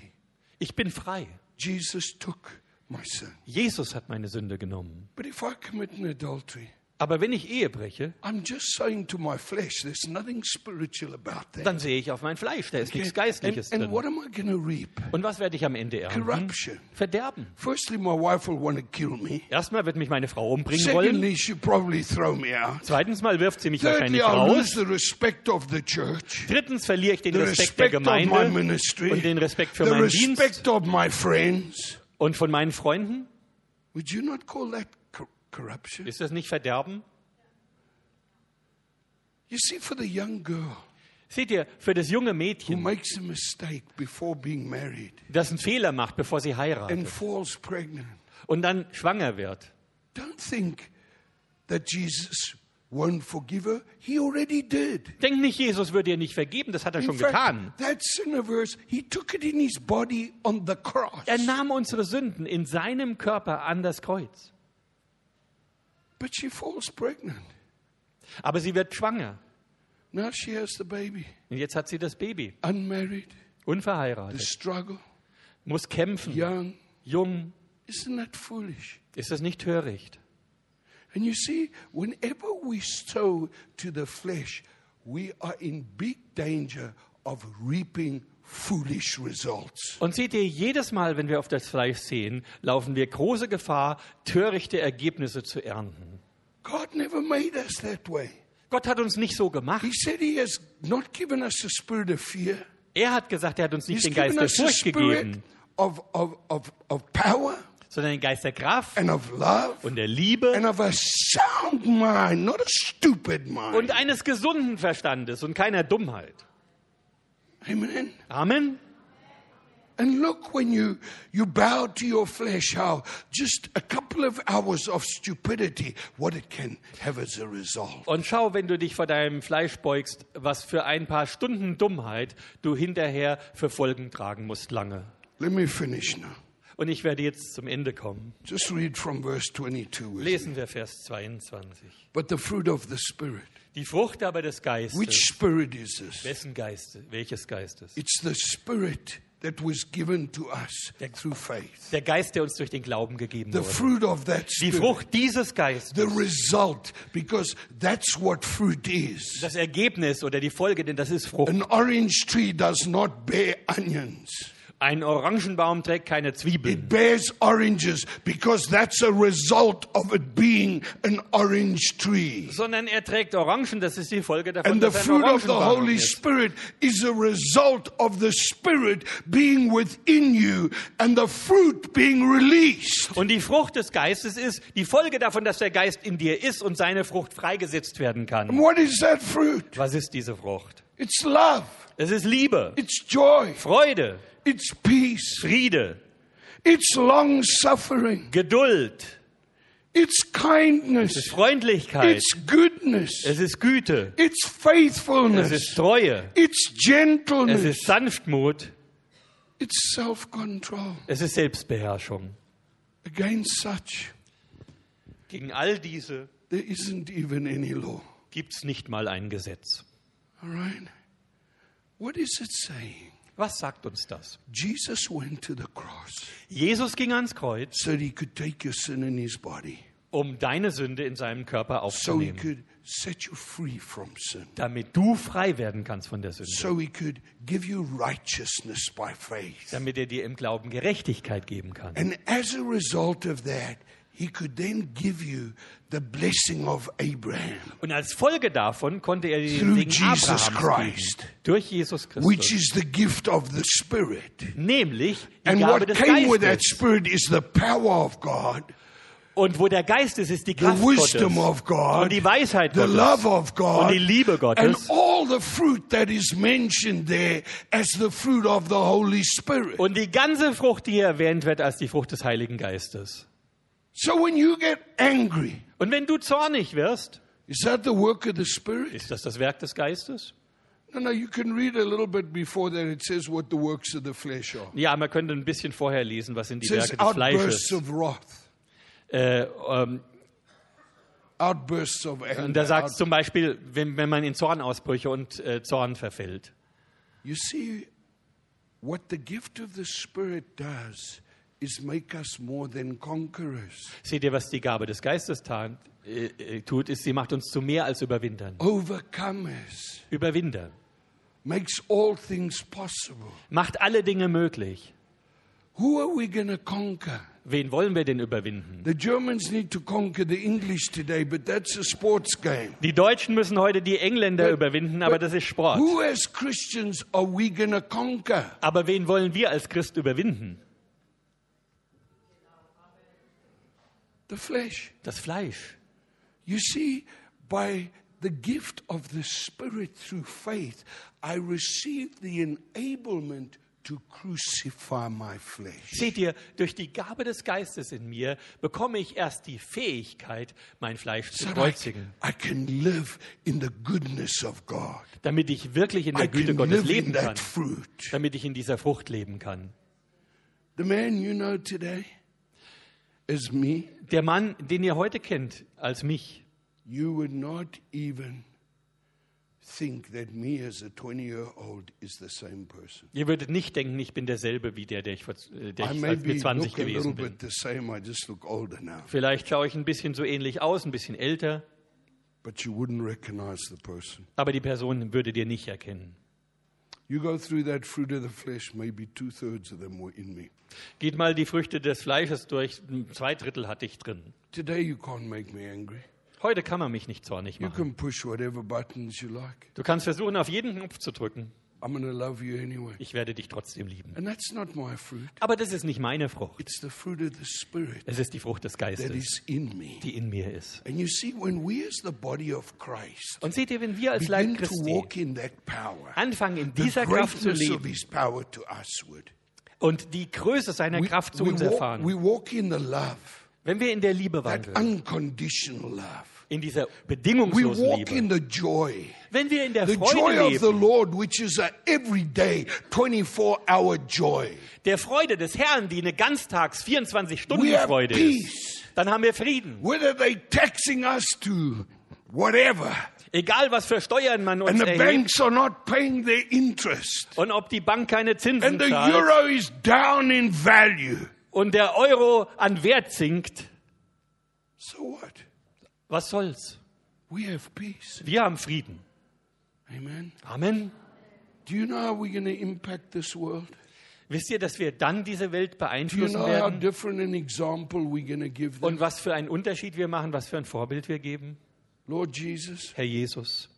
Speaker 2: Ich bin frei.
Speaker 1: Jesus took my sin.
Speaker 2: Jesus hat meine Sünde genommen.
Speaker 1: But if I commit an adultery,
Speaker 2: Aber wenn ich Ehe breche,
Speaker 1: I'm just saying to my flesh, there's nothing spiritual about that.
Speaker 2: dann sehe ich auf mein Fleisch. Da ist nichts
Speaker 1: And,
Speaker 2: Geistliches
Speaker 1: and
Speaker 2: drin.
Speaker 1: what am I going to reap?
Speaker 2: Und was werde ich am Ende ernten?
Speaker 1: Corruption.
Speaker 2: Verderben.
Speaker 1: Firstly, my wife will want to kill me.
Speaker 2: Erstmal wird mich meine Frau umbringen wollen.
Speaker 1: Secondly, she'll probably throw me out.
Speaker 2: Zweitens mal wirft sie mich
Speaker 1: Thirdly,
Speaker 2: wahrscheinlich
Speaker 1: I'll
Speaker 2: raus.
Speaker 1: lose the respect of the church,
Speaker 2: Drittens verliere ich den
Speaker 1: the
Speaker 2: Respekt der
Speaker 1: respect of my
Speaker 2: Gemeinde
Speaker 1: ministry,
Speaker 2: und den Respekt für
Speaker 1: the
Speaker 2: meinen Dienst
Speaker 1: respect of my friends.
Speaker 2: und von meinen Freunden.
Speaker 1: Would you not call that cor- corruption?
Speaker 2: Ist das nicht Verderben?
Speaker 1: You see, for the young girl
Speaker 2: Seht ihr, für das junge
Speaker 1: who
Speaker 2: Mädchen,
Speaker 1: makes a mistake before being married
Speaker 2: das einen Fehler macht, bevor sie heiratet
Speaker 1: and falls pregnant,
Speaker 2: und dann schwanger wird,
Speaker 1: don't think that Jesus won't forgive her. He already did.
Speaker 2: denkt nicht, Jesus würde ihr nicht vergeben, das hat er
Speaker 1: In
Speaker 2: schon
Speaker 1: fact,
Speaker 2: getan.
Speaker 1: that sin of hers, he took it in his body on the cross.
Speaker 2: Er nahm unsere Sünden in seinem Körper an das Kreuz.
Speaker 1: But she falls pregnant.
Speaker 2: Aber sie wird schwanger.
Speaker 1: Now she has the baby,
Speaker 2: Und jetzt hat sie das Baby,
Speaker 1: unmarried, the
Speaker 2: unverheiratet,
Speaker 1: struggle,
Speaker 2: muss kämpfen,
Speaker 1: young.
Speaker 2: jung.
Speaker 1: Isn't that foolish?
Speaker 2: Ist das nicht töricht?
Speaker 1: And you see, whenever we sow to the flesh, we are in big danger of reaping foolish results.
Speaker 2: Und seht ihr, jedes Mal, wenn wir auf das Fleisch sehen, laufen wir große Gefahr, törichte Ergebnisse zu ernten.
Speaker 1: God never made us that way.
Speaker 2: Gott hat uns nicht so
Speaker 1: He
Speaker 2: gemacht.
Speaker 1: said He has not given us a spirit of fear,
Speaker 2: Er hat gesagt, er hat uns nicht
Speaker 1: He's
Speaker 2: den Geist
Speaker 1: given
Speaker 2: der
Speaker 1: us a
Speaker 2: Furcht
Speaker 1: spirit
Speaker 2: gegeben,
Speaker 1: of, of, of, of power
Speaker 2: sondern den Geist der Kraft
Speaker 1: and of love
Speaker 2: und der Liebe
Speaker 1: and of a sound mind, not a stupid
Speaker 2: und
Speaker 1: mind.
Speaker 2: eines gesunden Verstandes und keiner Dummheit.
Speaker 1: Amen.
Speaker 2: Amen.
Speaker 1: And look when you, you bow to your flesh, how just a couple of hours of stupidity, what it can have as a result.
Speaker 2: Und schau, wenn du dich vor deinem Fleisch beugst, was für ein paar Stunden Dummheit du hinterher für Folgen tragen musst, lange.
Speaker 1: Let me finish now.
Speaker 2: Und ich werde jetzt zum Ende kommen.
Speaker 1: Just read from verse 22. with me.
Speaker 2: Lesen wir Vers 22.
Speaker 1: But the fruit of the Spirit.
Speaker 2: Die Frucht aber des Geistes.
Speaker 1: Which Spirit is this?
Speaker 2: Wessen Geistes? Welches Geistes?
Speaker 1: It's the Spirit that was given to us through faith.
Speaker 2: Der Geist, der uns durch den Glauben gegeben
Speaker 1: The
Speaker 2: wurde.
Speaker 1: fruit of that
Speaker 2: Die
Speaker 1: Spirit.
Speaker 2: Frucht dieses Geistes.
Speaker 1: The result, because that's what fruit is.
Speaker 2: Das Ergebnis oder die Folge, denn das ist Frucht.
Speaker 1: An orange tree does not bear onions.
Speaker 2: Ein Orangenbaum trägt keine Zwiebeln.
Speaker 1: It bears oranges because that's a result of it being an orange tree.
Speaker 2: Sondern er trägt Orangen, das ist die Folge davon,
Speaker 1: And the
Speaker 2: dass er ein
Speaker 1: fruit of the
Speaker 2: Orangenbaum
Speaker 1: Holy
Speaker 2: ist.
Speaker 1: Spirit is a result of the Spirit being within you and the fruit being released.
Speaker 2: Und die Frucht des Geistes ist die Folge davon, dass der Geist in dir ist und seine Frucht freigesetzt werden
Speaker 1: And
Speaker 2: kann.
Speaker 1: what is that fruit?
Speaker 2: Was ist diese Frucht?
Speaker 1: It's love,
Speaker 2: Es ist Liebe,
Speaker 1: it's joy,
Speaker 2: Freude,
Speaker 1: it's peace,
Speaker 2: Friede,
Speaker 1: it's long suffering,
Speaker 2: Geduld,
Speaker 1: It's
Speaker 2: Es ist
Speaker 1: kindness.
Speaker 2: Freundlichkeit.
Speaker 1: It's goodness.
Speaker 2: Es ist Güte.
Speaker 1: It's
Speaker 2: Es ist
Speaker 1: faithfulness.
Speaker 2: Treue.
Speaker 1: It's
Speaker 2: Es
Speaker 1: gentleness.
Speaker 2: ist Sanftmut.
Speaker 1: It's self control.
Speaker 2: Es ist Selbstbeherrschung.
Speaker 1: Against such,
Speaker 2: Gegen all diese
Speaker 1: there isn't even any law.
Speaker 2: gibt es nicht mal ein Gesetz.
Speaker 1: All right? What is it saying?
Speaker 2: Was sagt uns das?
Speaker 1: Jesus went to the cross
Speaker 2: Jesus ging ans Kreuz,
Speaker 1: so that he could take your sin in his body,
Speaker 2: um deine Sünde in seinem Körper
Speaker 1: so he
Speaker 2: aufzunehmen,
Speaker 1: could set you free from sin,
Speaker 2: damit du frei werden kannst von der Sünde,
Speaker 1: so he could give you righteousness by faith.
Speaker 2: damit er dir im Glauben Gerechtigkeit geben kann.
Speaker 1: And as a result of that, he could then give you the blessing of Abraham,
Speaker 2: Und als Folge davon konnte er dir den
Speaker 1: Through
Speaker 2: Segen
Speaker 1: Jesus
Speaker 2: Abrahams
Speaker 1: Christ.
Speaker 2: geben, durch Jesus
Speaker 1: which
Speaker 2: Christus,
Speaker 1: is the gift of the Spirit.
Speaker 2: nämlich die
Speaker 1: And
Speaker 2: Gabe
Speaker 1: what
Speaker 2: des
Speaker 1: came with that
Speaker 2: Geistes.
Speaker 1: Spirit is the power of God,
Speaker 2: Und wo der Geist ist, ist die
Speaker 1: the
Speaker 2: Kraft
Speaker 1: wisdom
Speaker 2: Gottes
Speaker 1: of God,
Speaker 2: und die Weisheit
Speaker 1: the love
Speaker 2: Gottes
Speaker 1: of God,
Speaker 2: und die Liebe Gottes.
Speaker 1: and all the fruit that is mentioned there as the fruit of the Holy Spirit.
Speaker 2: und die ganze Frucht, die hier erwähnt wird als die Frucht des Heiligen Geistes.
Speaker 1: So when you get angry,
Speaker 2: Und wenn du zornig wirst,
Speaker 1: is that the work of the Spirit?
Speaker 2: ist das das Werk des Geistes?
Speaker 1: No, no, you can read a little bit before that. It says what the works of the flesh are.
Speaker 2: Ja, man könnte ein bisschen vorher lesen, was sind die
Speaker 1: It says
Speaker 2: Werke des
Speaker 1: outbursts
Speaker 2: Fleisches.
Speaker 1: of wrath,
Speaker 2: Äh, ähm,
Speaker 1: outbursts of
Speaker 2: und
Speaker 1: anger.
Speaker 2: da sagt
Speaker 1: out-
Speaker 2: es zum Beispiel, wenn, wenn man in Zornausbrüche und äh, Zorn verfällt.
Speaker 1: You see, what the gift of the Spirit does is make us more than conquerors,
Speaker 2: Seht ihr, was die Gabe des Geistes tat, äh, äh, tut, ist, sie macht uns zu mehr als Überwindern.
Speaker 1: overcomers,
Speaker 2: Überwinder.
Speaker 1: makes all things possible.
Speaker 2: Macht alle Dinge möglich.
Speaker 1: Who are we going to conquer?
Speaker 2: Wen wollen wir denn überwinden?
Speaker 1: The Germans need to conquer the English today, but that's a sports game.
Speaker 2: Die Deutschen müssen heute die Engländer
Speaker 1: Äh,
Speaker 2: überwinden, aber das ist Sport.
Speaker 1: Who, as Christians, are we going to conquer?
Speaker 2: Aber wen wollen wir als Christ überwinden?
Speaker 1: The flesh.
Speaker 2: Das Fleisch.
Speaker 1: You see, by the gift of the Spirit through faith, I receive the enablement to crucify my flesh.
Speaker 2: Seht ihr, durch die Gabe des Geistes in mir bekomme ich erst die Fähigkeit, mein Fleisch zu
Speaker 1: So that I,
Speaker 2: kreuzigen,
Speaker 1: I can live in the goodness of God.
Speaker 2: damit ich wirklich in
Speaker 1: I
Speaker 2: der Güte
Speaker 1: can
Speaker 2: Gottes
Speaker 1: live in
Speaker 2: leben
Speaker 1: that
Speaker 2: kann,
Speaker 1: fruit.
Speaker 2: damit ich in dieser Frucht leben kann.
Speaker 1: The man you know today is me.
Speaker 2: Der Mann, den ihr heute kennt als mich,
Speaker 1: You would not even think that me as a 20 year old is the same person.
Speaker 2: ihr würdet nicht denken, ich bin derselbe wie der, der ich, vor, äh, der
Speaker 1: I
Speaker 2: ich als
Speaker 1: maybe
Speaker 2: mit 20
Speaker 1: look a little
Speaker 2: gewesen bin.
Speaker 1: bit the same, I just look older now.
Speaker 2: Vielleicht schaue ich ein bisschen so ähnlich aus, ein bisschen älter,
Speaker 1: But you wouldn't recognize the person.
Speaker 2: aber die Person würde dir nicht erkennen.
Speaker 1: You go through that fruit of the flesh, maybe two thirds of them were in me.
Speaker 2: Geht mal die Früchte des Fleisches durch, zwei Drittel hatte ich drin.
Speaker 1: Today you can't make me angry.
Speaker 2: Heute kann man mich nicht zornig
Speaker 1: You
Speaker 2: machen.
Speaker 1: can push whatever buttons you like.
Speaker 2: Du kannst versuchen, auf jeden Knopf zu drücken.
Speaker 1: I'm going to love you anyway.
Speaker 2: Ich werde dich trotzdem lieben.
Speaker 1: And that's not my fruit.
Speaker 2: Aber das ist nicht meine Frucht.
Speaker 1: It's the fruit of the Spirit
Speaker 2: Es ist die Frucht des
Speaker 1: that
Speaker 2: Geistes,
Speaker 1: is in me.
Speaker 2: die in mir ist.
Speaker 1: And you see, when we as the body of Christ
Speaker 2: Und seht ihr, wenn wir als Leib
Speaker 1: begin to
Speaker 2: Christi
Speaker 1: walk in that power,
Speaker 2: anfangen, in
Speaker 1: the
Speaker 2: dieser Kraft zu
Speaker 1: greatness of
Speaker 2: leben
Speaker 1: His power to usward,
Speaker 2: und die Größe seiner
Speaker 1: we,
Speaker 2: Kraft zu
Speaker 1: we
Speaker 2: uns
Speaker 1: walk, we
Speaker 2: erfahren,
Speaker 1: walk in the love,
Speaker 2: wenn wir in der Liebe
Speaker 1: that
Speaker 2: wandeln,
Speaker 1: unconditional love.
Speaker 2: in dieser
Speaker 1: We
Speaker 2: bedingungslosen
Speaker 1: walk in
Speaker 2: Liebe,
Speaker 1: the joy.
Speaker 2: wenn wir in der
Speaker 1: The joy
Speaker 2: Freude
Speaker 1: of the
Speaker 2: leben,
Speaker 1: Lord, which is an everyday, 24 hour joy.
Speaker 2: der Freude des Herrn, die eine ganztags
Speaker 1: We have
Speaker 2: 24-Stunden-Freude ist,
Speaker 1: peace.
Speaker 2: dann haben wir Frieden.
Speaker 1: Whether they taxing us to whatever,
Speaker 2: Egal, was für Steuern man
Speaker 1: and
Speaker 2: uns
Speaker 1: the
Speaker 2: erhebt
Speaker 1: banks are not paying their interest,
Speaker 2: und ob die Bank keine Zinsen
Speaker 1: and the
Speaker 2: zahlt.
Speaker 1: euro is down in value.
Speaker 2: und der Euro an Wert sinkt,
Speaker 1: So what?
Speaker 2: was soll's?
Speaker 1: We have peace.
Speaker 2: Wir haben Frieden.
Speaker 1: Amen.
Speaker 2: Amen.
Speaker 1: Do you know how we're going to impact this world?
Speaker 2: Wisst ihr, dass wir dann diese Welt
Speaker 1: Do you
Speaker 2: beeinflussen
Speaker 1: know how
Speaker 2: werden?
Speaker 1: different an example we're going to give them?
Speaker 2: Und was für einen Unterschied wir machen, was für ein Vorbild wir geben?
Speaker 1: Lord Jesus,
Speaker 2: Herr Jesus,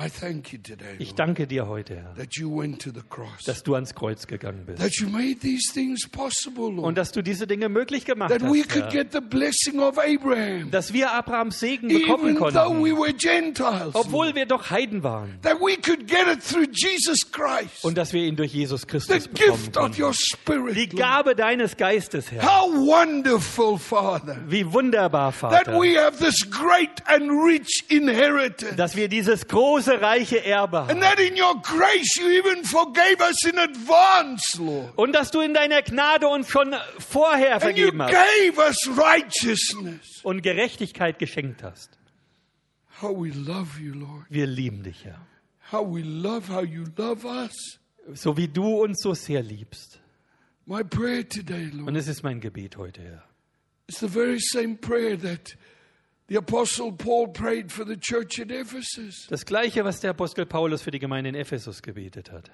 Speaker 1: I thank you today
Speaker 2: Ich
Speaker 1: Lord,
Speaker 2: danke dir heute, Herr,
Speaker 1: that you went to the cross,
Speaker 2: dass du ans Kreuz gegangen bist
Speaker 1: that you made these things possible, Lord,
Speaker 2: und dass du diese Dinge möglich gemacht
Speaker 1: that we
Speaker 2: hast,
Speaker 1: could
Speaker 2: Herr.
Speaker 1: get the blessing of Abraham,
Speaker 2: dass wir Abrahams Segen bekommen
Speaker 1: even though we
Speaker 2: konnten,
Speaker 1: were Gentiles,
Speaker 2: obwohl wir doch Heiden waren
Speaker 1: that we could get it through Jesus Christ,
Speaker 2: und dass wir ihn durch Jesus
Speaker 1: the
Speaker 2: Christus bekommen
Speaker 1: gift of
Speaker 2: konnten.
Speaker 1: your Spirit.
Speaker 2: Die
Speaker 1: Lord.
Speaker 2: Gabe deines Geistes, Herr.
Speaker 1: How wonderful, Father,
Speaker 2: Wie wunderbar,
Speaker 1: that
Speaker 2: Vater,
Speaker 1: we have this great and rich inheritance.
Speaker 2: dass wir dieses große, reiche Erbe haben.
Speaker 1: And that in your grace you even forgave us in advance, Lord.
Speaker 2: Und dass du in deiner Gnade uns schon vorher
Speaker 1: And you
Speaker 2: vergeben hast
Speaker 1: gave us righteousness.
Speaker 2: und Gerechtigkeit geschenkt hast.
Speaker 1: How we love you, Lord.
Speaker 2: Wir lieben dich, Herr.
Speaker 1: How we love how you love us.
Speaker 2: So wie du uns so sehr liebst.
Speaker 1: My prayer today, Lord,
Speaker 2: Und es ist mein Gebet heute, Herr.
Speaker 1: is the very same prayer that the Apostle Paul prayed for the church at Ephesus.
Speaker 2: Das gleiche, was der Apostel Paulus für die Gemeinde in Ephesus gebetet hat.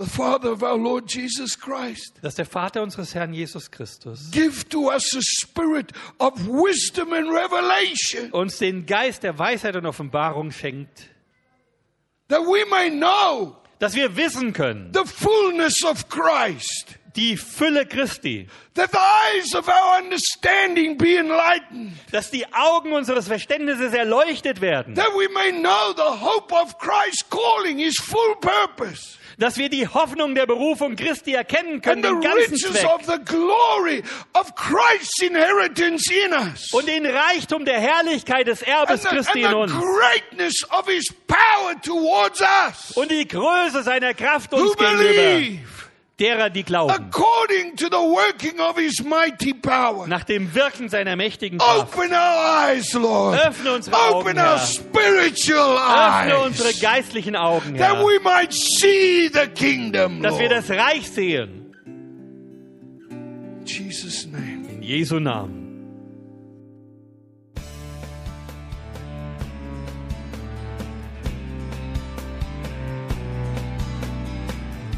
Speaker 1: The Father of our Lord Jesus Christ.
Speaker 2: Dass der Vater unseres Herrn Jesus Christus
Speaker 1: Give to us a spirit of wisdom and revelation
Speaker 2: uns den Geist der Weisheit und Offenbarung schenkt,
Speaker 1: that we may know
Speaker 2: dass wir wissen können,
Speaker 1: the fullness of Christ.
Speaker 2: die Fülle Christi,
Speaker 1: that the eyes of our understanding be enlightened,
Speaker 2: dass die Augen unseres Verständnisses erleuchtet werden,
Speaker 1: that we may know the hope of Christ's calling, his full purpose,
Speaker 2: dass wir die Hoffnung der Berufung Christi erkennen können,
Speaker 1: and the
Speaker 2: den ganzen
Speaker 1: riches
Speaker 2: Zweck
Speaker 1: of the glory of Christ's inheritance in us,
Speaker 2: und den Reichtum der Herrlichkeit des Erbes
Speaker 1: and the,
Speaker 2: Christi in
Speaker 1: and the
Speaker 2: uns
Speaker 1: greatness of his power towards us
Speaker 2: und die Größe seiner Kraft
Speaker 1: who
Speaker 2: uns gegenüber,
Speaker 1: believe
Speaker 2: derer, die glauben,
Speaker 1: according to the working of his mighty power.
Speaker 2: nach dem Wirken seiner
Speaker 1: Oh,
Speaker 2: mächtigen Kraft.
Speaker 1: Open our eyes, Lord.
Speaker 2: Öffne unsere
Speaker 1: Open
Speaker 2: Augen,
Speaker 1: our
Speaker 2: Herr.
Speaker 1: spiritual
Speaker 2: Öffne unsere
Speaker 1: eyes.
Speaker 2: geistlichen Augen,
Speaker 1: that
Speaker 2: Herr,
Speaker 1: we might see the kingdom,
Speaker 2: dass wir
Speaker 1: Lord.
Speaker 2: das Reich sehen.
Speaker 1: In Jesus' name.
Speaker 2: In Jesu Namen.